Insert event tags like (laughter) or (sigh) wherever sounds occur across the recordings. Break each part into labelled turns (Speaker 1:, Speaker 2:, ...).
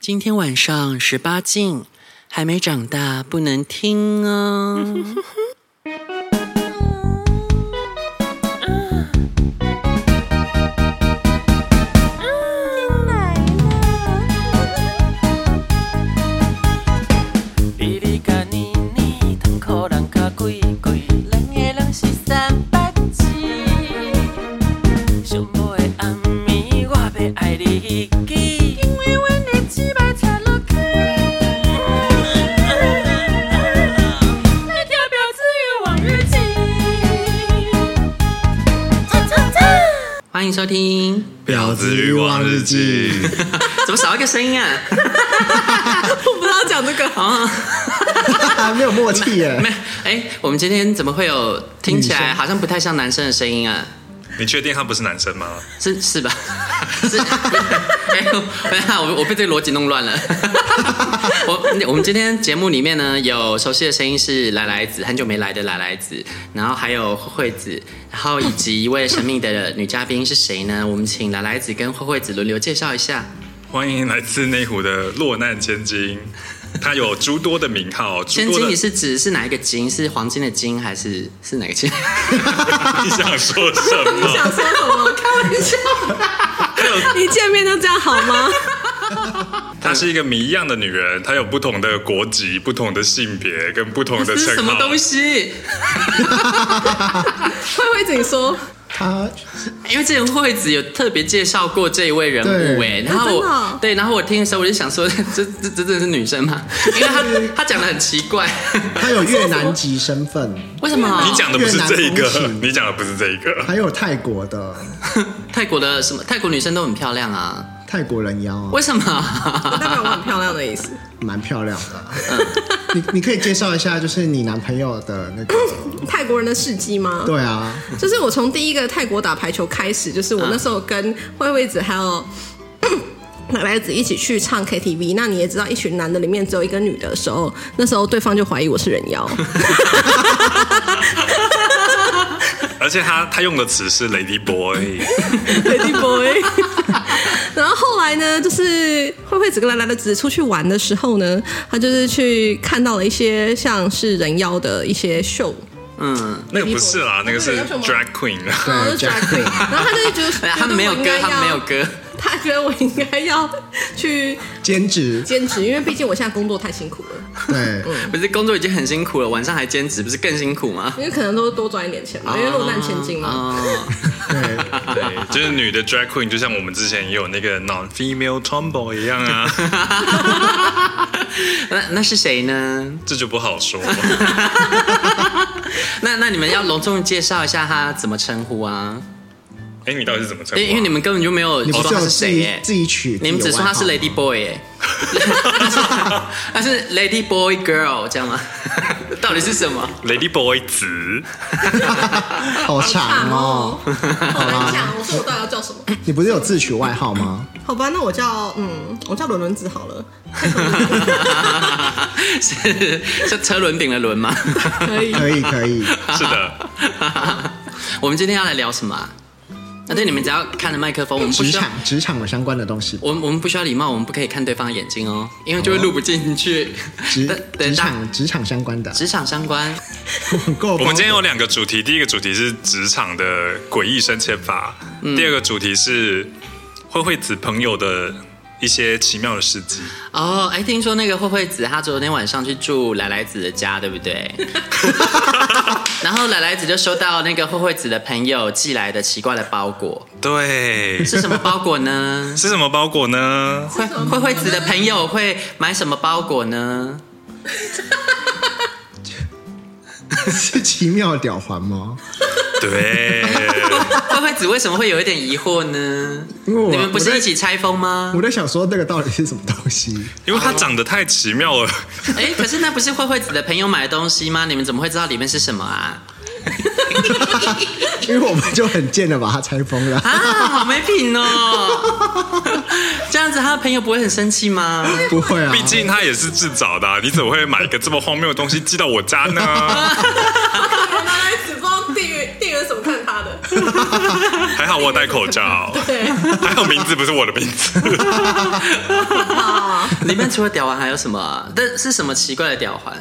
Speaker 1: 今天晚上十八禁，还没长大不能听哦。
Speaker 2: 你你甲你你，当苦人较贵贵，两个人是三八子。寂寞的暗暝，我要爱你一记。因为阮的翅膀拆落去。来跳表子与往日情。擦擦擦。
Speaker 1: 欢迎收听，
Speaker 3: 婊子欲望日记，
Speaker 1: 怎么少一个声
Speaker 2: (laughs)
Speaker 1: 音啊？我不知道讲这个啊。
Speaker 3: 还没有默契耶
Speaker 1: (laughs) 没。，哎，我们今天怎么会有听起来好像不太像男生的声音啊？
Speaker 4: (laughs) 你确定他不是男生吗？
Speaker 1: 是是吧？ (laughs) 是，哎，我等一下我我被这个逻辑弄乱了。 (laughs) 我我们今天节目里面呢，有熟悉的声音是来来子，很久没来的来来子，然后还有慧慧子，然后以及一位神秘的女嘉宾是谁呢？我们请来来子跟慧慧子轮流介绍一下。
Speaker 4: 欢迎来自内湖的落难千金，他有诸多的名号，诸
Speaker 1: 千
Speaker 4: 多
Speaker 1: 金，
Speaker 4: 的
Speaker 1: 你是指是哪一个金？是黄金的金还是是哪个金？
Speaker 4: 你想说什
Speaker 5: (laughs)
Speaker 4: 么？
Speaker 5: 说什么？开玩笑的，一见面就这样好吗？
Speaker 4: 她是一个谜一样的女人，她有不同的国籍、不同的性别跟不同的
Speaker 1: 这 (laughs) 是什
Speaker 4: 称
Speaker 1: 么
Speaker 4: 号。啊
Speaker 1: 东西？
Speaker 5: 慧慧子，你说
Speaker 3: 他
Speaker 1: 因为之前惠子有特别介绍过这一位人物哎、
Speaker 3: 对
Speaker 1: 然后我、
Speaker 5: 真的哦
Speaker 1: 对，然后我听的时候我就想说， (laughs) 这这这真的是女生
Speaker 5: (laughs)
Speaker 1: 吗？因为她她讲的很奇怪，
Speaker 3: 他有越南籍身份，
Speaker 1: 为什么？
Speaker 4: 你讲的不是这一
Speaker 3: 越南
Speaker 4: 个
Speaker 3: 风，情
Speaker 4: 你讲的不是这一个。
Speaker 3: 还有泰国的
Speaker 1: 泰国的什么？泰国女生都很漂亮啊，
Speaker 3: 泰国人妖啊，
Speaker 1: 为什
Speaker 5: 代
Speaker 1: 么？
Speaker 5: 表我很漂亮的意思。
Speaker 3: 蛮漂亮的。
Speaker 1: 嗯
Speaker 3: 你你可以介绍一下，就是你男朋友的那个？
Speaker 1: 嗯
Speaker 5: 泰国人的事迹吗？
Speaker 3: 对啊，
Speaker 5: 就是我从第一个泰国打排球开始，就是我那时候跟慧慧子还有 (coughs) 奶奶子一起去唱 KTV。那你也知道，一群男的里面只有一个女的的时候，那时候对方就怀疑我是人妖。
Speaker 4: 而且她她用的词是 Lady Boy，
Speaker 5: Lady
Speaker 1: (laughs)
Speaker 5: Boy。然后后来呢，就是慧慧子跟兰兰的子出去玩的时候呢，她就是去看到了一些像是人妖的一些秀，
Speaker 1: 嗯，
Speaker 4: 那个不是啦，那个
Speaker 1: 哦
Speaker 4: 是
Speaker 5: 那个叫什么
Speaker 4: Drag Queen 啦。
Speaker 5: 然后就 drag queen，然后她就觉得，
Speaker 1: (laughs) 哎呀他们没有歌，他们没有，歌，
Speaker 5: 她觉得我应该要去
Speaker 3: 兼职
Speaker 5: 兼职，因为毕竟我现在工作太辛苦了，
Speaker 3: 对，
Speaker 1: 不是工作已经很辛苦了，晚上还兼职，不是更辛苦吗？
Speaker 5: 因为可能都多赚一点
Speaker 1: 啊
Speaker 5: 钱嘛，因为落难啊千金嘛。
Speaker 1: 哦，
Speaker 3: 对，
Speaker 4: 对，就是女的 Drag Queen，就像我们之前也有那个 Non Female Tomboy 一样啊，
Speaker 1: 那那是谁呢？
Speaker 4: 这就不好说。
Speaker 1: 那那你们要隆重介绍一下她怎么称呼啊？
Speaker 4: 哎，你到底是怎么称
Speaker 1: 因为因为
Speaker 4: 呼
Speaker 1: 你
Speaker 4: 啊？
Speaker 1: 们根本就没有
Speaker 3: 你不
Speaker 1: 说
Speaker 3: 是
Speaker 1: 她
Speaker 3: 有
Speaker 1: 是
Speaker 3: 自
Speaker 1: 谁欸
Speaker 3: 己
Speaker 1: 耶，
Speaker 3: 自己取？
Speaker 1: 你们只说她
Speaker 3: 啊
Speaker 1: 是 Lady Boy
Speaker 3: (laughs)
Speaker 1: 哎、她是 Lady Boy Girl 这样吗？ (laughs) 到底是什么？ (laughs)
Speaker 4: Lady Boy 子，
Speaker 3: 好
Speaker 1: 啊
Speaker 3: 长哦。
Speaker 5: 好难讲，我说我到底要叫什么？
Speaker 3: 你不是有自取外号
Speaker 1: (laughs)
Speaker 3: 吗？
Speaker 5: 好吧，那我叫嗯，我叫伦伦子好了，
Speaker 1: 是是车轮饼的轮吗？ (laughs)
Speaker 5: 可以。
Speaker 3: 可以可以，
Speaker 4: 是的，
Speaker 1: 我们今天要来聊什么啊？啊，对，你们只要看着麦克风，我们不
Speaker 3: 职
Speaker 1: 需要
Speaker 3: 场，职场有相关的东西。
Speaker 1: 我们我们不需要礼貌，我们不可以看对方的眼睛哦，因为就会录不进去。 (laughs)
Speaker 3: 职
Speaker 1: 但
Speaker 3: 职
Speaker 1: 对大
Speaker 3: 场职场相
Speaker 1: (laughs)
Speaker 3: 关的，
Speaker 1: 职场相关，
Speaker 3: 够。
Speaker 4: 我们今天有两个主题，第一个主题是职场的诡异升迁法，
Speaker 1: 嗯
Speaker 4: 第二个主题是慧慧子朋友的一些奇妙的事迹。
Speaker 1: 哦，哎，听说那个慧慧子，她昨天晚上去住奶奶子的家，对不对？然后奶奶子就收到那个慧慧子的朋友寄来的奇怪的包裹，
Speaker 4: 对，
Speaker 1: 是什么包裹呢？
Speaker 4: (laughs) 是什么包裹呢？
Speaker 1: 慧慧慧子的朋友会买什么包裹呢？
Speaker 3: (laughs) 是奇妙吊环吗？
Speaker 1: (laughs)
Speaker 4: 对，
Speaker 1: 慧慧子为什么会有一点疑惑呢？
Speaker 3: 因为我
Speaker 1: 你们不
Speaker 3: 我
Speaker 1: 是
Speaker 3: 在
Speaker 1: 一起拆封吗
Speaker 3: 我？在想说那个到底是什么东西？
Speaker 4: 因为它长得太奇妙了，
Speaker 1: 哎、可是那不是慧慧子的朋友买的东西吗？你们怎么会知道里面是什么啊？
Speaker 3: 因为我们就很贱的把它拆封了。
Speaker 1: 啊，好没品哦！这样子他的朋友不会很生气吗？
Speaker 3: 不会啊，
Speaker 4: 毕竟它也是自找的啊、你怎么会买一个这么荒谬的东西寄到我家
Speaker 1: (laughs)
Speaker 4: 呢？
Speaker 5: 原来只不知道店员店员怎么看他的。
Speaker 4: 还好我有戴口罩，
Speaker 5: 对， (laughs)
Speaker 4: 还好名字不是我的名字。
Speaker 1: (laughs) 里面除了吊环还有什么啊？但是什么奇怪的吊环？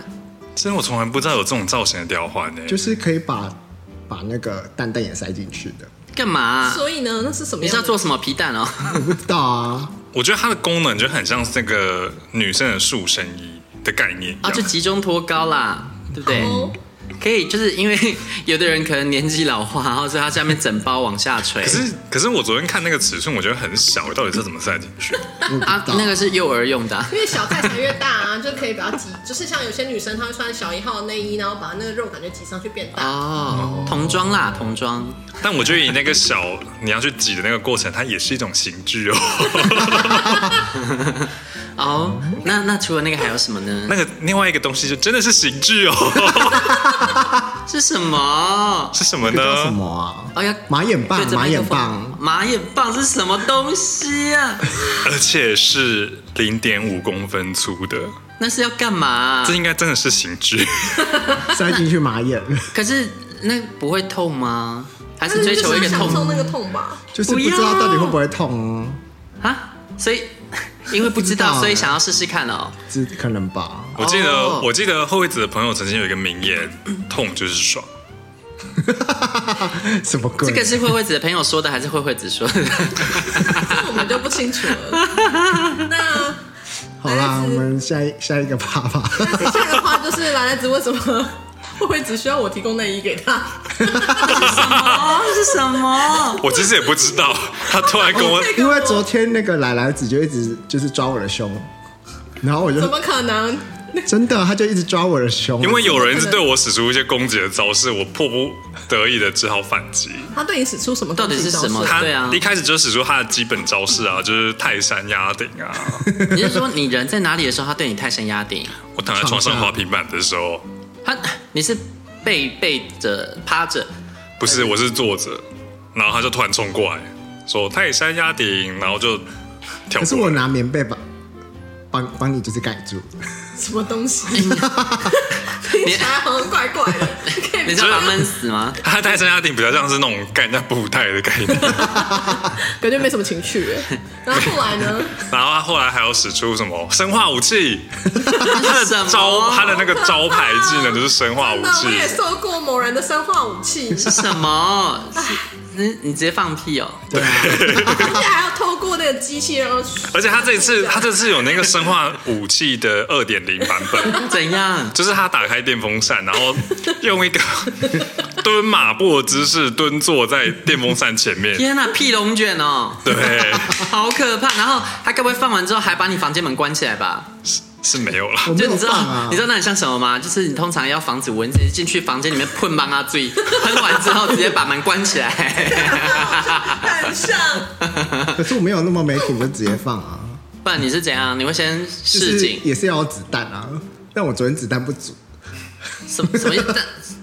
Speaker 4: 其实我从来不知道有这种造型的吊环欸诶、
Speaker 3: 就是可以把把那个蛋蛋也塞进去的。
Speaker 1: 干嘛啊、
Speaker 5: 所以呢，那是什么
Speaker 1: 你
Speaker 5: 样
Speaker 1: 是要
Speaker 5: 的？
Speaker 1: 做什么皮蛋哦？ (laughs)
Speaker 3: 我不知道啊，
Speaker 4: 我觉得它的功能就很像是那个女生的束身衣的概念一
Speaker 1: 啊，
Speaker 4: 样。
Speaker 1: 就集中脱高啦，对不对？
Speaker 5: 哦
Speaker 1: 可以，就是因为 (laughs) 有的人可能年纪老化，然后所以他下面整包往下垂
Speaker 4: 可。是可是我昨天看那个尺寸，我觉得很小，到底是怎么塞进去？
Speaker 3: 我不知
Speaker 1: 啊，
Speaker 3: 道。
Speaker 1: 那个是幼儿用的啊、
Speaker 5: 因为小菜才越大啊， (laughs) 就可以把它挤，就是像有些女生她会穿小一号的内衣，然后把那个肉感觉挤上去变大。
Speaker 1: 哦，童装啦，童装。
Speaker 4: 但我觉得以那个小你要去挤的那个过程，它也是一种刑具哦。 (laughs)
Speaker 1: 哦，那那除了那个还有什么呢？
Speaker 4: 那个另外一个东西就真的是刑具哦， (laughs)
Speaker 1: 是什么？
Speaker 4: 是什么
Speaker 3: 这叫什
Speaker 4: 呢？
Speaker 3: 么啊？
Speaker 1: 哦，要
Speaker 3: 马眼
Speaker 1: 对
Speaker 3: 棒，
Speaker 1: 着
Speaker 3: 马
Speaker 1: 麦克
Speaker 3: 眼
Speaker 1: 风
Speaker 3: 棒，，
Speaker 1: 马眼棒是什么东西啊？
Speaker 4: 而且是零点五公分粗的，
Speaker 1: 那是要干嘛啊、
Speaker 4: 这应该真的是刑具。
Speaker 3: 塞进去马眼，
Speaker 1: 可是那不会痛吗？还
Speaker 5: 但
Speaker 1: 是追求一个
Speaker 5: 就是要享受
Speaker 1: 痛
Speaker 5: 那个痛吧。
Speaker 3: 就是
Speaker 1: 不
Speaker 3: 不
Speaker 1: 要
Speaker 3: 知道到底会不会痛哦，
Speaker 1: 啊？所以因为不知
Speaker 3: 不知
Speaker 1: 道，
Speaker 3: 道
Speaker 1: 所以
Speaker 3: 啊
Speaker 1: 想要试试看哦。
Speaker 3: 这可能吧。
Speaker 4: 我记得、
Speaker 1: 哦
Speaker 4: 我记得后卫子的朋友曾经有一个名言：痛就是爽。
Speaker 3: 什么鬼？
Speaker 1: 这个是慧慧子的朋友说的，还是慧慧子说的？
Speaker 5: 这我们就不清楚了。那
Speaker 3: 好啦，
Speaker 5: 来
Speaker 3: 我
Speaker 5: 自
Speaker 3: 们下一下一个爸爸。
Speaker 5: 那下一个话就是来来子为什么会不会只需要我提供内衣给他？
Speaker 1: (laughs) 哦，是什么？
Speaker 4: 我其实也不知道，他突然跟哦我，
Speaker 3: 因为昨天那个奶奶子就一直就是抓我的胸，然后我
Speaker 5: 怎
Speaker 3: 就
Speaker 5: 么可能？
Speaker 3: 真的，他就一直抓我的胸，
Speaker 4: 因为有人一直对我使出一些攻击的招式，我迫不得已的只好反击。
Speaker 5: 他对你使出什么？
Speaker 1: 到底是什
Speaker 3: 哦
Speaker 1: 么
Speaker 4: 他
Speaker 1: 对啊
Speaker 4: 一开始就使出他的基本招式啊，就是泰山
Speaker 3: (laughs)
Speaker 4: 压顶啊。
Speaker 1: 你是说你人在哪里的时候，他对你泰山压顶？
Speaker 4: 我躺在床上滑平板的时候，
Speaker 1: 他你是背背着趴着，
Speaker 4: 不
Speaker 3: 哎
Speaker 4: 是，我是坐着，然后他就突然冲过来，说泰山压顶，然后就跳
Speaker 3: 可是
Speaker 4: 过
Speaker 3: 我
Speaker 4: 来。
Speaker 3: 拿棉被把帮帮你就是盖住，
Speaker 5: 什么东西？
Speaker 1: 哎
Speaker 5: (laughs) 听起来好像怪怪的。可以
Speaker 1: 你是要把他闷死吗？
Speaker 4: (laughs) 他泰山压顶比较像是那种干人家布袋的概念，
Speaker 3: (laughs)
Speaker 5: 感觉没什么情趣哎。然后后来呢？
Speaker 4: 然后他后来还有使出什么生化
Speaker 3: (laughs)
Speaker 4: 武器，
Speaker 1: 他的
Speaker 4: 招他的那个招牌技能就是生化武
Speaker 5: 那
Speaker 4: 器
Speaker 5: 我，也受过某人的生化武
Speaker 4: (laughs)
Speaker 5: 器，
Speaker 1: 是什么？是你你直接放屁哦！
Speaker 3: 对啊，
Speaker 5: 而且还要透过那个机器，然后
Speaker 4: 而且他这
Speaker 5: (laughs)
Speaker 4: 次他这次有那个生化武器的二点零版本， (laughs)
Speaker 1: 怎样？
Speaker 4: 就是他打开电风扇，然后用一个蹲马步的姿势蹲坐在电风扇前面，
Speaker 1: 天哪、屁龙卷哦，
Speaker 4: 对，
Speaker 1: 好可怕！然后他该不会放完之后还把你房间门关起来吧？
Speaker 4: 是没有了。
Speaker 3: 我没
Speaker 1: 就你
Speaker 3: 有
Speaker 1: 知道，
Speaker 3: 放啊
Speaker 1: 你知，道那很像什么吗？就是你通常要防止蚊子进去房间里面喷帮啊醉， (laughs) 喷完之后直接把门关起来。 (laughs)
Speaker 5: 很像。
Speaker 3: 可是我没有那么没品，就直接放啊，
Speaker 1: 不然你是怎样？你会先
Speaker 3: 就
Speaker 1: 示
Speaker 3: 是
Speaker 1: 警？
Speaker 3: 也是要有子弹啊，但我昨天子弹不足，
Speaker 1: 什么什么意思？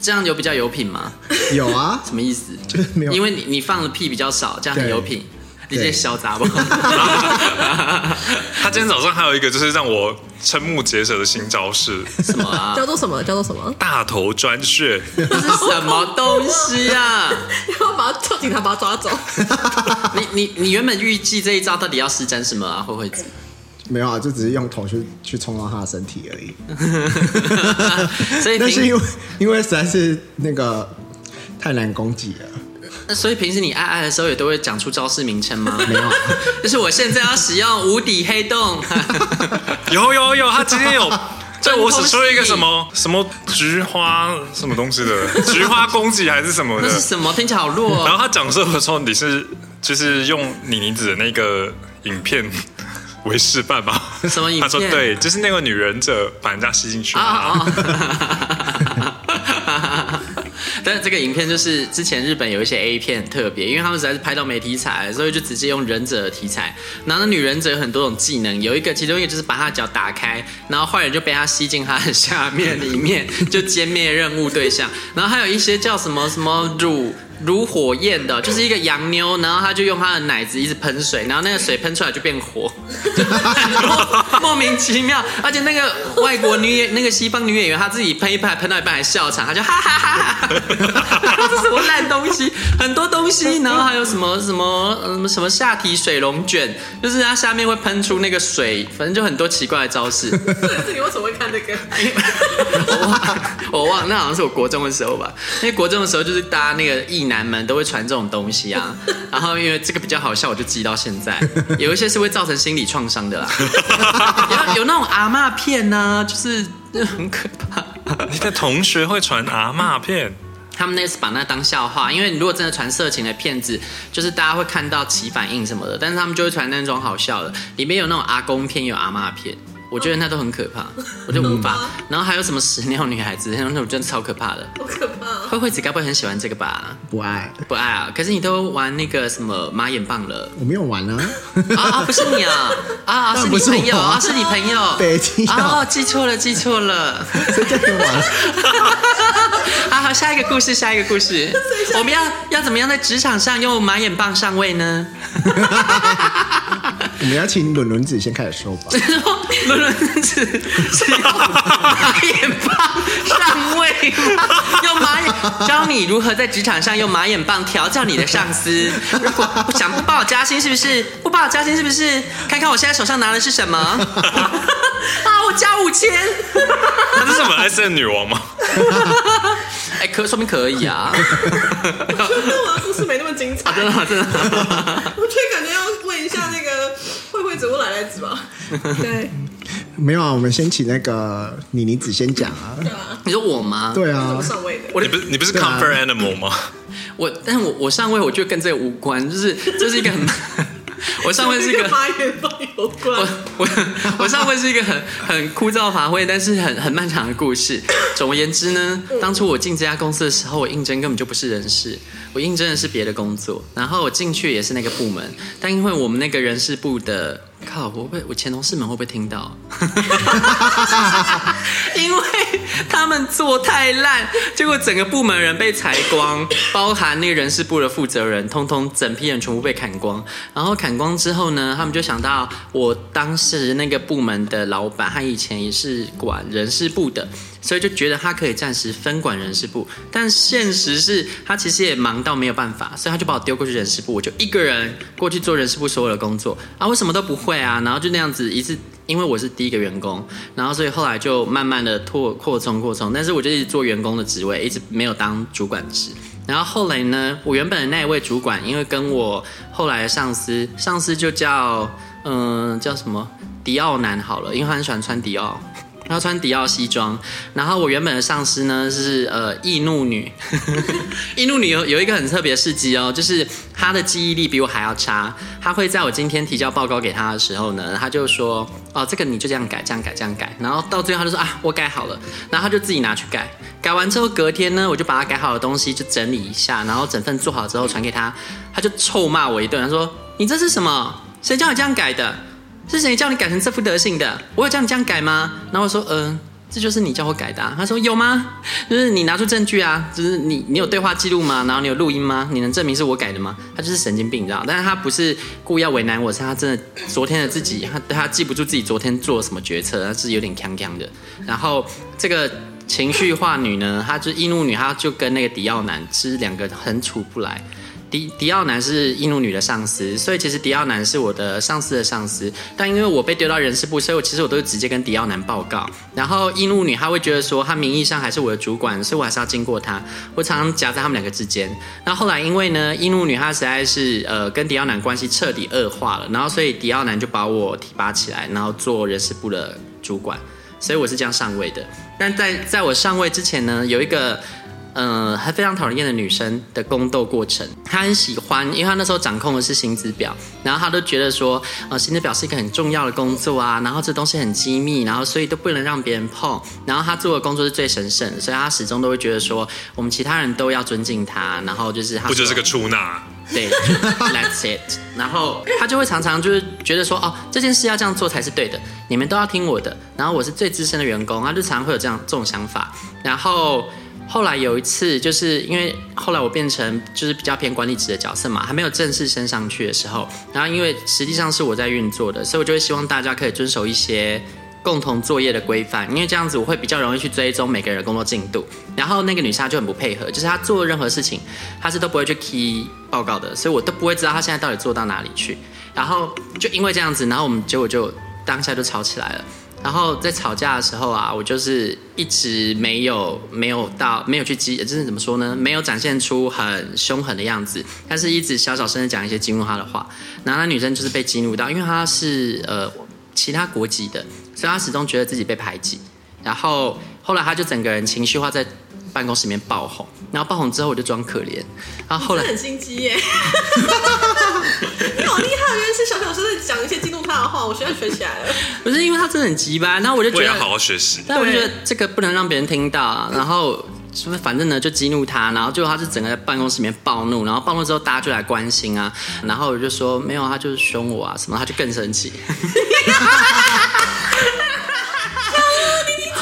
Speaker 1: 这样有比较有品吗？
Speaker 3: 有啊，
Speaker 1: 什么意思？
Speaker 3: (laughs) 就是没有
Speaker 1: 因为你你放的屁比较少，这样很有品。你
Speaker 3: 对
Speaker 1: 这小
Speaker 3: (laughs)
Speaker 1: 杂包，
Speaker 4: 他今天早上还有一个就是让我瞠目结舌的新招式
Speaker 1: 什么啊？
Speaker 5: 叫做什么？叫做什么
Speaker 4: ——？大头钻穴。
Speaker 1: 这是什么东西啊？
Speaker 5: (laughs) 要把他叫警察把他抓走。
Speaker 1: 你你你原本预计这一招到底要施展什么啊？慧慧子，
Speaker 3: 没有啊，就只是用头去去冲到他的身体而已。
Speaker 1: 所以
Speaker 3: 但是因
Speaker 1: 平
Speaker 3: 为因为实在是那个太难攻击了，
Speaker 1: 所以平时你爱爱的时候也都会讲出招式名称吗？
Speaker 3: 没有，
Speaker 1: 就是我现在要使用无底黑洞， (laughs)
Speaker 4: 有有有，他今天有对我使出了一个
Speaker 1: 真空吸引
Speaker 4: 什么什么菊花什么东西的菊花攻击还是什么
Speaker 1: 那
Speaker 4: 的。
Speaker 1: 是什么？听起来好弱
Speaker 4: 然
Speaker 1: 哦。
Speaker 4: 后他讲授的时候，你是就是用妮妮子的那个影片 (laughs) 为示范吧？
Speaker 1: 什么影片
Speaker 4: 他说对，就是那个女忍者把人家吸进去
Speaker 1: 啊啊！
Speaker 4: 啊。
Speaker 1: 啊但是这个影片就是之前日本有一些 A 片很特别，因为他们实在是拍到没题材，所以就直接用忍者的题材。然后那女忍者有很多种技能，有一个其中一个就是把她的脚打开，然后坏人就被她吸进她的下面里面，就歼灭任务对象。然后还有一些叫什么什么乳如火焰的，就是一个洋妞，然后她就用她的奶子一直喷水，然后那个水喷出来就变火， (laughs) 莫莫名其妙。而且那个外国女演，那个西方女演员，她自己喷一半，喷到一半还笑场，她就哈哈哈哈，这什么烂东西，很多东西，然后还有什么什么嗯什么下体水龙卷，就是它下面会喷出那个水，反正就很多奇怪的招式。
Speaker 5: 是你为什么会看这个？
Speaker 4: 哎
Speaker 1: (laughs) 我忘，我忘，那好像是我国中的时候吧。因为国中的时候，就是大家那个异男们都会传这种东西啊。然后因为这个比较好笑，我就记到现在。有一些是会造成心理创伤的啦，有有那种阿嬷片呢、就是很可怕。
Speaker 4: 你的同学会传阿嬷片，
Speaker 1: 他们那次把那当笑话，因为你如果真的传色情的片子，就是大家会看到起反应什么的，但是他们就会传那种好笑的，里面有那种阿公片，有阿嬷片，我觉得那都很可怕，我就无法。然后还有什么屎尿女孩子，那种那种真的超可怕的。
Speaker 5: 好
Speaker 4: (laughs)
Speaker 5: 可怕！啊
Speaker 1: 慧慧子该不会很喜欢这个吧？
Speaker 3: 不爱，
Speaker 1: 不爱啊，可是你都玩那个什么马眼棒了
Speaker 3: 我没有玩啊。
Speaker 1: 啊啊，不是你啊啊啊，
Speaker 3: 当
Speaker 1: 是
Speaker 3: 然
Speaker 1: 你
Speaker 3: 不是我
Speaker 1: 朋友啊，是你朋友，
Speaker 3: 北京
Speaker 1: 哦，
Speaker 3: 啊，
Speaker 1: 记错了，记错了。
Speaker 3: 谁叫你玩？
Speaker 1: 好好，下一个故事，下一个故事，我们要要怎么样在职场上用马眼棒上位呢？
Speaker 3: 我们要请伦伦子先开始说吧。
Speaker 1: 伦伦子是用马眼棒上位吗？用马眼教你如何在职场上用马眼棒调教你的上司。如果不想不帮我加薪，是不是？不帮我加薪，是不是？看看我现在手上拿的是什么？啊，我加五千！
Speaker 4: 她是
Speaker 1: (laughs)
Speaker 4: 什么 S N 女王吗？
Speaker 1: 哎，可说明可以啊，
Speaker 5: 我的故事没那么精彩，
Speaker 1: 真的啊真的啊。
Speaker 5: 我觉得感觉要问一下那个慧慧子或奶奶子吧。
Speaker 4: (laughs)
Speaker 5: 对，
Speaker 3: 没有啊，我们先请那个妮妮子先讲啊。
Speaker 1: 你说我吗？
Speaker 3: 对啊
Speaker 5: 不，上位的。
Speaker 1: 我
Speaker 4: 你不是你不是
Speaker 3: 对啊
Speaker 4: Comfort Animal 吗？
Speaker 1: 我，但我我上位，我觉得跟这个无关，就是这是一个很，我上位是一个
Speaker 5: 发言方有关
Speaker 1: 我我我上回是一个很 (laughs) 很枯燥乏味，但是很很漫长的故事。总而言之呢，当初我进这家公司的时候，我应征根本就不是人事，我应征的是别的工作。然后我进去也是那个部门，但因为我们那个人事部的，靠，我会不会我前同事们会不会听到？ (laughs) 因为他们做太烂，结果整个部门人被裁光，包含那个人事部的负责人，通通整批人全部被砍光。然后砍光之后呢，他们就想到我当时那个部门的老板，他以前也是管人事部的，所以就觉得他可以暂时分管人事部。但现实是他其实也忙到没有办法，所以他就把我丢过去人事部，我就一个人过去做人事部所有的工作啊，我什么都不会啊，然后就那样子一次因为我是第一个员工，然后所以后来就慢慢的拓扩充扩充，但是我就一直做员工的职位，一直没有当主管职。然后后来呢，我原本的那一位主管，因为跟我后来的上司，上司就叫嗯、叫什么迪奥男好了，因为他很喜欢穿迪奥。然后穿迪奥西装，然后我原本的上司呢是呃易怒女， (laughs) 易怒女有有一个很特别的事迹哦，就是她的记忆力比我还要差。她会在我今天提交报告给她的时候呢，她就说：“哦，这个你就这样改，这样改，这样改。”然后到最后她就说：“啊，我改好了。”然后她就自己拿去改。改完之后隔天呢，我就把她改好的东西就整理一下，然后整份做好之后传给她，她就臭骂我一顿，她说：“你这是什么？谁叫你这样改的？是谁叫你改成这副德性的？我有叫你这样改吗？”然后我说：“嗯、这就是你叫我改的、啊。他说有吗？就是你拿出证据啊，就是你你有对话记录吗？然后你有录音吗？你能证明是我改的吗？他就是神经病，你知道？但是他不是故意要为难我，是他真的昨天的自己，他他记不住自己昨天做了什么决策，他是有点锵锵的。然后这个情绪化女呢，她就是易怒女，她就跟那个迪奥男是两个很处不来。迪迪奥男是印度女的上司，所以其实迪奥男是我的上司的上司。但因为我被丢到人事部，所以我其实我都是直接跟迪奥男报告。然后印度女她会觉得说，她名义上还是我的主管，所以我还是要经过她。我常常夹在他们两个之间。那后来因为呢，印度女她实在是呃跟迪奥男关系彻底恶化了，然后所以迪奥男就把我提拔起来，然后做人事部的主管。所以我是这样上位的。但在在我上位之前呢，有一个呃，还非常讨人厌的女生的宫斗过程，她很喜欢，因为她那时候掌控的是薪资表，然后她都觉得说，呃，薪资表是一个很重要的工作啊，然后这东西很机密，然后所以都不能让别人碰，然后她做的工作是最神圣的，所以她始终都会觉得说，我们其他人都要尊敬她，然后就是她
Speaker 4: 不就是
Speaker 1: 说
Speaker 4: 个出纳？
Speaker 1: 对，That's it。然后他就会常常就是觉得说，哦，这件事要这样做才是对的，你们都要听我的。然后我是最资深的员工，他就常常会有这样这种想法。然后后来有一次，就是因为后来我变成就是比较偏管理职的角色嘛，还没有正式升上去的时候，然后因为实际上是我在运作的，所以我就会希望大家可以遵守一些共同作业的规范，因为这样子我会比较容易去追踪每个人的工作进度。然后那个女生她就很不配合，就是她做任何事情，她是都不会去 key 报告的，所以我都不会知道她现在到底做到哪里去。然后就因为这样子，然后我们结果就当下就吵起来了。然后在吵架的时候啊，我就是一直没有没有到没有去激，就是怎么说呢？没有展现出很凶狠的样子，但是一直小小声的讲一些激怒她的话。然后那女生就是被激怒到，因为她是呃其他国籍的，所以她始终觉得自己被排挤。然后后来她就整个人情绪化在办公室里面爆红，然后爆红之后我就装可怜，然后后
Speaker 5: (laughs)
Speaker 1: 来
Speaker 5: 很心机
Speaker 4: (laughs)
Speaker 5: 耶，你好厉害！原来是小小声的讲一些激怒他的话，我现在学起来了。
Speaker 1: 不是因为她真的很急吧？然后我就觉
Speaker 4: 我也
Speaker 1: 得
Speaker 4: 要好好学习。
Speaker 1: 但我就觉
Speaker 5: 对
Speaker 1: 得这个不能让别人听到啊，然后是不是反正呢就激怒他，然后最后他就整个在办公室里面暴怒，然后暴怒之后大家就来关心啊，然后我就说没有啊，他就是凶我啊什么，他就更生气。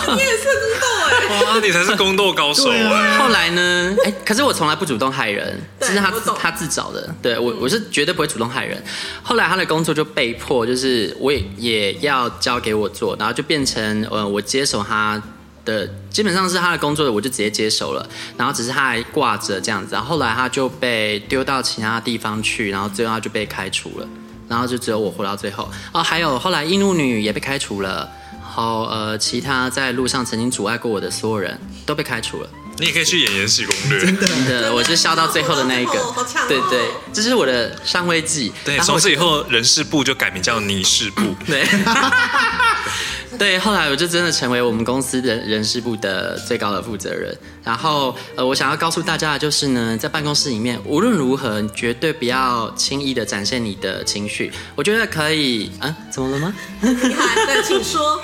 Speaker 5: 你也是宫斗哎，
Speaker 4: 哇，你才是宫斗高手
Speaker 3: 对
Speaker 4: 哎！
Speaker 3: 啊，
Speaker 1: 后来呢，
Speaker 5: (laughs)
Speaker 1: 哎、可是我从来不主动害人，这
Speaker 5: 对
Speaker 1: 是他
Speaker 5: 我
Speaker 1: 自
Speaker 5: 懂嗯
Speaker 1: 他自找的，对我我是绝对不会主动害人。后来他的工作就被迫就是我也也要交给我做，然后就变成呃我接手他。的基本上是他的工作，我就直接接手了，然后只是他还挂着这样子，然后后来他就被丢到其他地方去，然后最后他就被开除了，然后就只有我活到最后。哦，还有后来易怒女也被开除了，然后呃其他在路上曾经阻碍过我的所有人都被开除了。
Speaker 4: 你也可以去演《延禧攻略》。
Speaker 1: 的，我是笑到最后的那一个
Speaker 5: (laughs) 好强哦，
Speaker 1: 对对，这是我的上位记。
Speaker 4: 对，
Speaker 1: 然后
Speaker 4: 从
Speaker 1: 我
Speaker 4: 此以后人事部就改名叫你
Speaker 1: (laughs)
Speaker 4: 事部。
Speaker 1: 对，对，后来我就真的成为我们公司的人事部的最高的负责人。然后，呃，我想要告诉大家的就是呢，在办公室里面，无论如何，你绝对不要轻易的展现你的情绪。我觉得可以，啊，怎么了吗？
Speaker 5: 厉害！对，
Speaker 1: (laughs)
Speaker 5: 请说，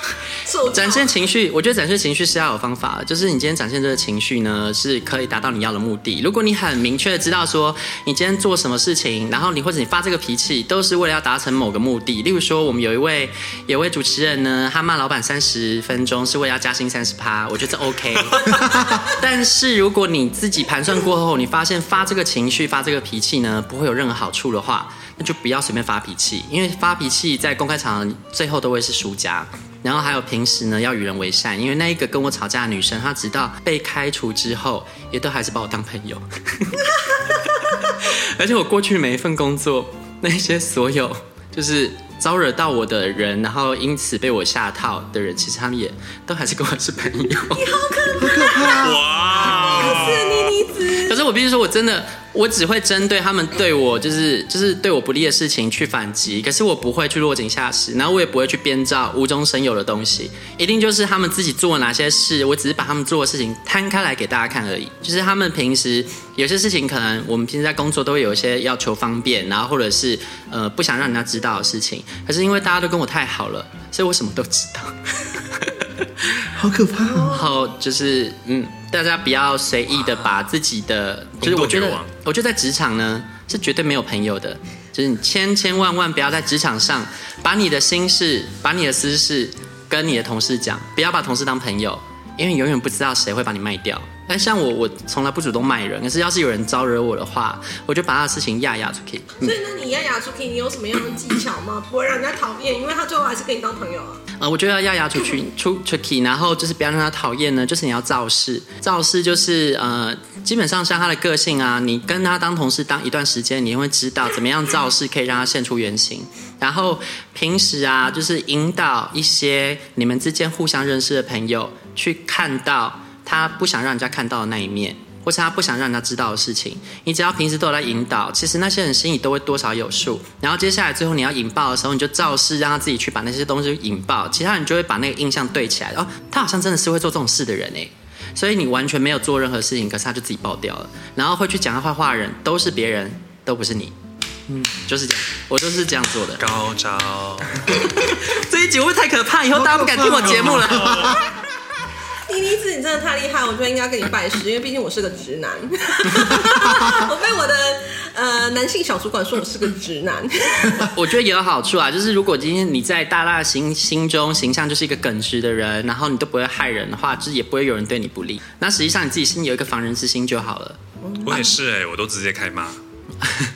Speaker 5: 受教
Speaker 1: 展现情绪，我觉得展现情绪是要有方法的，就是你今天展现这个情绪呢，是可以达到你要的目的。如果你很明确的知道说你今天做什么事情，然后你或者你发这个脾气，都是为了要达成某个目的。例如说，我们有一位有一位主持人呢，他骂老板三十分钟是为了要加薪三十趴，我觉得这 OK。但是如果你自己盘算过后，你发现发这个情绪、发这个脾气呢，不会有任何好处的话，那就不要随便发脾气，因为发脾气在公开场合最后都会是输家。然后还有平时呢，要与人为善，因为那一个跟我吵架的女生，她直到被开除之后，也都还是把我当朋友。 (laughs) 而且我过去每一份工作，那些所有就是招惹到我的人，然后因此被我下套的人，其实他们也都还是跟我是朋友。
Speaker 4: 哇，
Speaker 1: (laughs) 可是我必须说，我真的，我只会针对他们对我就是就是对我不利的事情去反击，可是我不会去落井下石，然后我也不会去编造无中生有的东西，一定就是他们自己做哪些事，我只是把他们做的事情摊开来给大家看而已。就是他们平时有些事情，可能我们平时在工作都会有一些要求方便，然后或者是呃不想让人家知道的事情，可是因为大家都跟我太好了，所以我什么都知道。
Speaker 3: 好可怕哦！
Speaker 1: 然后就是，嗯，大家不要随意的把自己的，就是我觉得
Speaker 4: 工作女王，
Speaker 1: 我觉得在职场呢是绝对没有朋友的，就是你千千万万不要在职场上把你的心事、把你的私事跟你的同事讲，不要把同事当朋友，因为你永远不知道谁会把你卖掉。但像我，我从来不主动卖人，可是要是有人招惹我的话，我就把他的事情压压出去。嗯
Speaker 5: 所以，那你压牙出 K，你有什么样的技巧吗？不会让人家讨厌，因为他最后还是跟你当朋友啊。
Speaker 1: 呃，我觉得要压压出去出出 key，然后就是不要让他讨厌呢，就是你要造势，造势就是呃，基本上像他的个性啊，你跟他当同事当一段时间，你会知道怎么样造势可以让他现出原形。然后平时啊，就是引导一些你们之间互相认识的朋友去看到他不想让人家看到的那一面。或是他不想让人家知道的事情，你只要平时都有在引导，其实那些人心里都会多少有数。然后接下来最后你要引爆的时候，你就造势让他自己去把那些东西引爆，其他人就会把那个印象对起来。哦，他好像真的是会做这种事的人哎。所以你完全没有做任何事情，可是他就自己爆掉了。然后会去讲他坏话的人都是别人，都不是你。嗯，就是这样，我就是这样做的。
Speaker 4: 高招！
Speaker 1: 这一集会不会太可怕？以后大家不敢听我节目了。
Speaker 5: 第一次你真的太厉害，我觉得应该跟你拜师，因为毕竟我是个直男。 (laughs) 我被我的呃男性小主管说我是个直男，
Speaker 1: (laughs)
Speaker 5: (laughs)
Speaker 1: 我觉得也有好处啊，就是如果今天你在大大心心中形象就是一个耿直的人，然后你都不会害人的话，就是也不会有人对你不利。那实际上你自己心里有一个防人之心就好了。
Speaker 4: 我也是哎、我都直接开骂。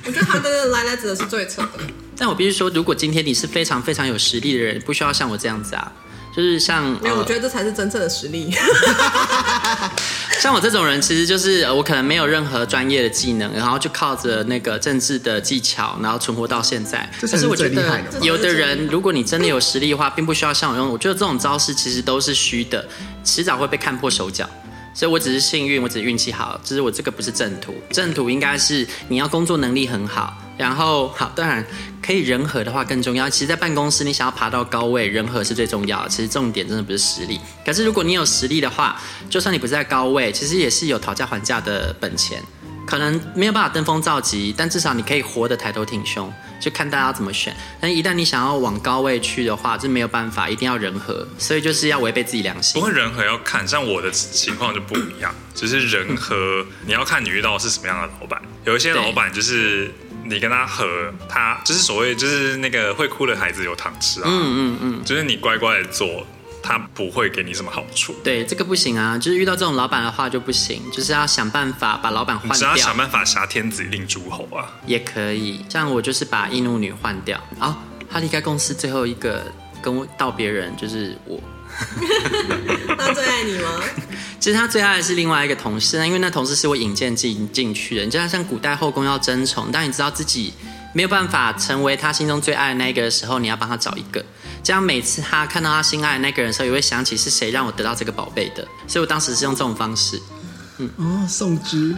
Speaker 5: 我觉得他跟来来指的是最扯的。
Speaker 1: 但我必须说，如果今天你是非常非常有实力的人，不需要像我这样子啊。就是像
Speaker 5: 没有，我
Speaker 1: 呃
Speaker 5: 觉得这才是真正的实力。 (laughs)
Speaker 1: (laughs) 像我这种人，其实就是呃我可能没有任何专业的技能，然后就靠着那个政治的技巧，然后存活到现在。
Speaker 3: 这才
Speaker 1: 但是
Speaker 3: 是
Speaker 1: 我觉
Speaker 3: 最厉害
Speaker 1: 得
Speaker 3: 的
Speaker 5: 吧
Speaker 1: 有的人，如果你真的有实力的话，并不需要像我用。我觉得这种招式其实都是虚的，迟早会被看破手脚。所以我只是幸运，我只是运气好，就是我这个不是正途，正途应该是你要工作能力很好，然后好，当然可以人和的话更重要。其实，在办公室你想要爬到高位，人和是最重要的。其实重点真的不是实力，可是如果你有实力的话，就算你不在高位，其实也是有讨价还价的本钱。可能没有办法登峰造极，但至少你可以活得抬头挺胸，就看大家怎么选。但一旦你想要往高位去的话，这没有办法，一定要人和，所以就是要违背自己良
Speaker 4: 不
Speaker 1: 心
Speaker 4: 过。人和要看，像我的情况就不一样，就是人和你要看你遇到的是什么样的老板。有一些
Speaker 1: 对
Speaker 4: 老板就是你跟他和，他就是所谓就是那个会哭的孩子有糖吃啊，嗯嗯嗯，就是你乖乖的做，他不会给你什么好处。
Speaker 1: 对，这个不行啊，就是遇到这种老板的话就不行，就是要想办法把老板
Speaker 4: 你
Speaker 1: 换
Speaker 4: 只要
Speaker 1: 掉
Speaker 4: 想办法挟天子以令诸侯啊！
Speaker 1: 也可以。像我就是把印度女换掉。哦，她离开公司最后一个跟我道别人就是我。
Speaker 5: 那最爱你吗？
Speaker 1: 其实他最爱的是另外一个同事，那因为那同事是我引荐进进去的。你知道，像古代后宫要争宠，当你知道自己没有办法成为他心中最爱的那一个的时候，你要帮他找一个。这样每次他看到他心爱的那个人的时候，也会想起是谁让我得到这个宝贝的。所以我当时是用这种方式。
Speaker 3: 哦，送之，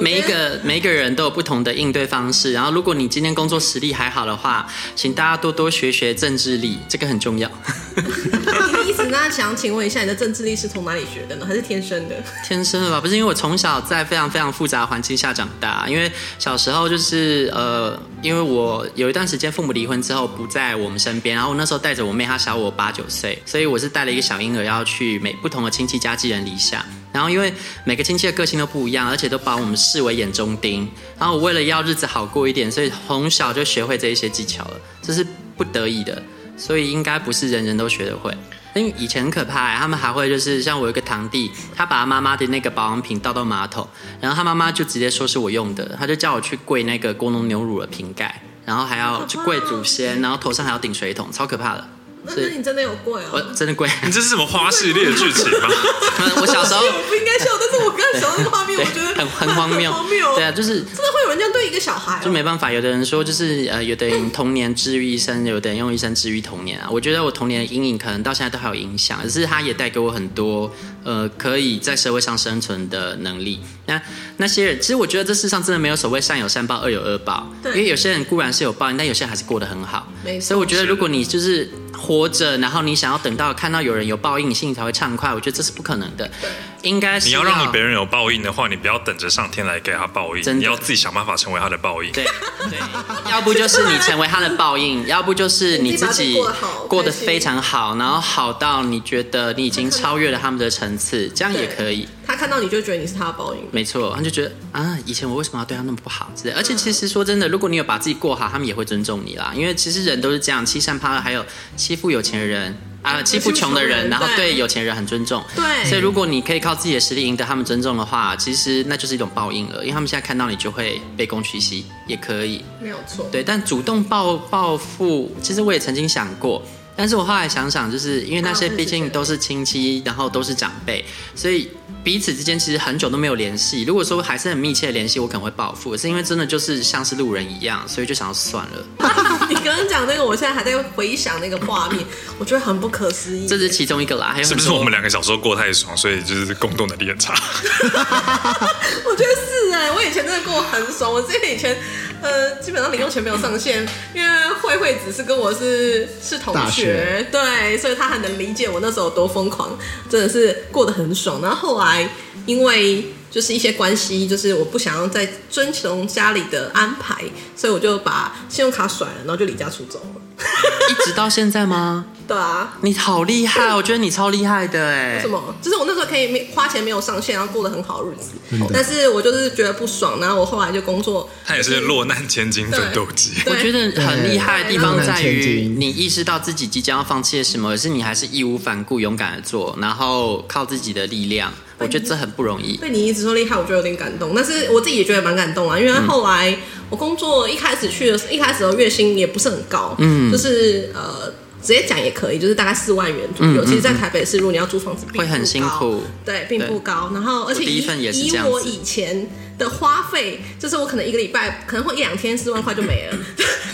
Speaker 1: 每一个每一个人都有不同的应对方式，然后如果你今天工作实力还好的话，请大家多多学学政治力，这个很重要。
Speaker 5: 你的意思？那想请问一下，你的政治力是从哪里学的呢？还是天生的？
Speaker 1: 天生的吧？不是，因为我从小在非常非常复杂的环境下长大。因为小时候就是呃，因为我有一段时间父母离婚之后不在我们身边，然后我那时候带着我妹，她小我八九岁，所以我是带了一个小婴儿要去每不同的亲戚家寄人篱下。然后因为每个亲戚的个性都不一样，而且都把我们视为眼中钉。然后我为了要日子好过一点，所以从小就学会这一些技巧了，这是不得已的，所以应该不是人人都学得会。因为以前很可怕、欸，他们还会就是像我有一个堂弟，他把他妈妈的那个保养品倒到马桶，然后他妈妈就直接说是我用的，他就叫我去跪那个锅弄牛乳的瓶盖，然后还要去跪祖先，然后头上还要顶水桶，超可怕的。
Speaker 5: 那
Speaker 1: 所
Speaker 5: 那
Speaker 1: 以
Speaker 5: 你真的有跪
Speaker 1: 我
Speaker 5: 哦？
Speaker 1: 真的跪，
Speaker 4: 你这是什么花式列剧情
Speaker 1: (laughs)
Speaker 4: 吗？
Speaker 1: 我小时候
Speaker 5: 我不应该笑，但是我刚刚想到那个画
Speaker 1: (laughs)
Speaker 5: 面，
Speaker 1: 对
Speaker 5: 我觉得
Speaker 1: 很很荒谬
Speaker 5: 荒谬，，
Speaker 1: 对啊，，就是
Speaker 5: 真的会有人这样对一个小孩哦、
Speaker 1: 就没办法，有的人说就是呃，有的人童年治愈一生，有的人用一生治愈童年啊。我觉得我童年的阴影可能到现在都还有影响，可是它也带给我很多呃，可以在社会上生存的能力。那那些人，其实我觉得这世上真的没有所谓善有善报，恶有恶报，
Speaker 5: 对
Speaker 1: 因为有些人固然是有报应，但有些人还是过得很好。
Speaker 5: 没错
Speaker 1: 所以我觉得，如果你就是活着，然后你想要等到看到有人有报应，你心里才会畅快，我觉得这是不可能的。应该是
Speaker 4: 你要让别人有报应的话，你不要等着上天来给他报
Speaker 1: 真
Speaker 4: 应，
Speaker 1: 的
Speaker 4: 你要自己想办法成为他的报
Speaker 1: (laughs)
Speaker 4: 应。
Speaker 1: 对对，要不就是你成为他的报 (laughs) 应，要不就是你自己过得非常好，然后好到你觉得你已经超越了他们的层次，这样也可以。嗯
Speaker 5: 他看到你就觉得你是他的报应。
Speaker 1: 没错，他就觉得啊，以前我为什么要对他那么不好之类的。而且其实说真的，如果你有把自己过好，他们也会尊重你啦。因为其实人都是这样，欺善怕恶，还有欺负有钱人啊，欺负穷的人，然后对有钱人很尊重。
Speaker 5: 对
Speaker 1: 所以如果你可以靠自己的实力赢得他们尊重的话，其实那就是一种报应了，因为他们现在看到你就会卑躬屈膝，也可以。
Speaker 5: 没有错，
Speaker 1: 对，但主动报报复，其实我也曾经想过，但是我后来想想，就是因为那些
Speaker 5: 啊我也是
Speaker 1: 毕竟都是亲戚，然后都是长辈，所以彼此之间其实很久都没有联系。如果说还是很密切的联系，我可能会报复，是因为真的就是像是路人一样，所以就想要算了。
Speaker 5: (laughs) 你刚刚讲那个，我现在还在回想那个画面，我觉得很不可思议。
Speaker 1: 这是其中一个啦，还有
Speaker 4: 是
Speaker 1: 很
Speaker 4: 不
Speaker 1: 多
Speaker 4: 是我们两个小时候过太爽，所以就是共动能力很差？
Speaker 5: 我觉得是哎、我以前真的过得很爽。我之前以前，呃，基本上零用钱没有上限，因为慧慧只是跟我是是同
Speaker 3: 大
Speaker 5: 学
Speaker 3: 学，
Speaker 5: 对，所以她很能理解我那时候有多疯狂，真的是过得很爽。然后后来因为就是一些关系，就是我不想要再遵从家里的安排，所以我就把信用卡甩了，然后就离家出走了。
Speaker 1: 一直到现在吗？
Speaker 5: 对啊，
Speaker 1: 你好厉害，我觉得你超厉害的哎。
Speaker 5: 什么？就是我那时候可以没花钱没有上限，然后过得很好的日子
Speaker 3: 真的，
Speaker 5: 但是我就是觉得不爽，然后我后来就工作，
Speaker 4: 他也是落难千金奋斗记。
Speaker 5: 对
Speaker 1: 我觉得很厉害的地方在
Speaker 3: 对对
Speaker 1: 于，
Speaker 3: 对
Speaker 1: 你意识到自己即将要放弃了什么，可是你还是义无反顾、勇敢的做，然后靠自己的力量。我
Speaker 5: 哎
Speaker 1: 觉得这很不容易。
Speaker 5: 被你一直说厉害，我觉得有点感动，但是我自己也觉得蛮感动啊，因为
Speaker 1: 嗯
Speaker 5: 后来我工作一开始去的时候，一开始的月薪也不是很高，嗯，就是呃。直接讲也可以，就是大概四万元左右。其实，在台北市，如果你要租房子，并
Speaker 1: 嗯会很
Speaker 5: 不
Speaker 1: 辛
Speaker 5: 高
Speaker 1: 苦
Speaker 5: 对，并不
Speaker 1: 对
Speaker 5: 高。然后，而且
Speaker 1: 第一
Speaker 5: 以
Speaker 1: 份也是
Speaker 5: 以
Speaker 1: 这样
Speaker 5: 我
Speaker 1: 子
Speaker 5: 以前的花费，就是我可能一个礼拜可能会一两天四万块就没
Speaker 1: (laughs)
Speaker 5: 了，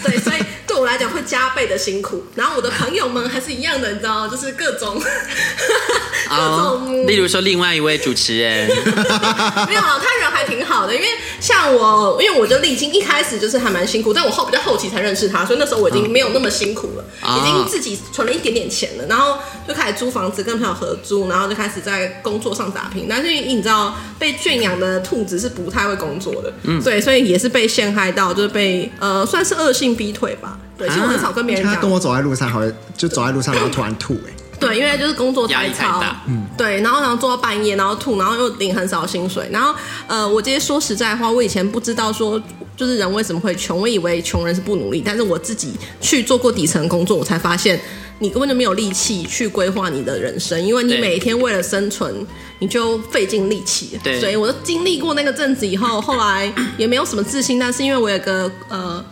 Speaker 5: 对，所以对我来讲会加倍的辛苦。然后我的朋友们还是一样的，你知道，就是各种 (laughs) 各
Speaker 1: 哦
Speaker 5: 种，
Speaker 1: 例如说另外一位主持人，
Speaker 5: (laughs) 没有，他人还挺好的，因为像我，因为我就历经一开始就是还蛮辛苦，但我后比较后期才认识他，所以那时候我已经没有那么辛苦了，
Speaker 1: 啊
Speaker 5: 已经自己存了一点点钱了，然后就开始租房子跟朋友合租，然后就开始在工作上打拼。但是你知道，被圈养的兔子是不太会工作的，嗯，对，所以也是被陷害到，就是被呃算是恶性逼腿吧。对，其实我很少跟别人
Speaker 3: 他
Speaker 5: 讲。
Speaker 3: 跟我走在路上，好像就走在路上，然后突然吐、哎，
Speaker 5: 对，因为就是工作
Speaker 1: 压力太
Speaker 5: 超，
Speaker 1: 大
Speaker 5: 嗯，对，然后然后做到半夜，然后吐，然后又领很少薪水，然后呃，我今天说实在话，我以前不知道说就是人为什么会穷，我以为穷人是不努力，但是我自己去做过底层工作，我才发现你根本就没有力气去规划你的人生，因为你
Speaker 1: 对
Speaker 5: 每天为了生存，你就费尽力气了，
Speaker 1: 对
Speaker 5: 所以我就经历过那个阵子以后，后来也没有什么自信，但是因为我有个呃。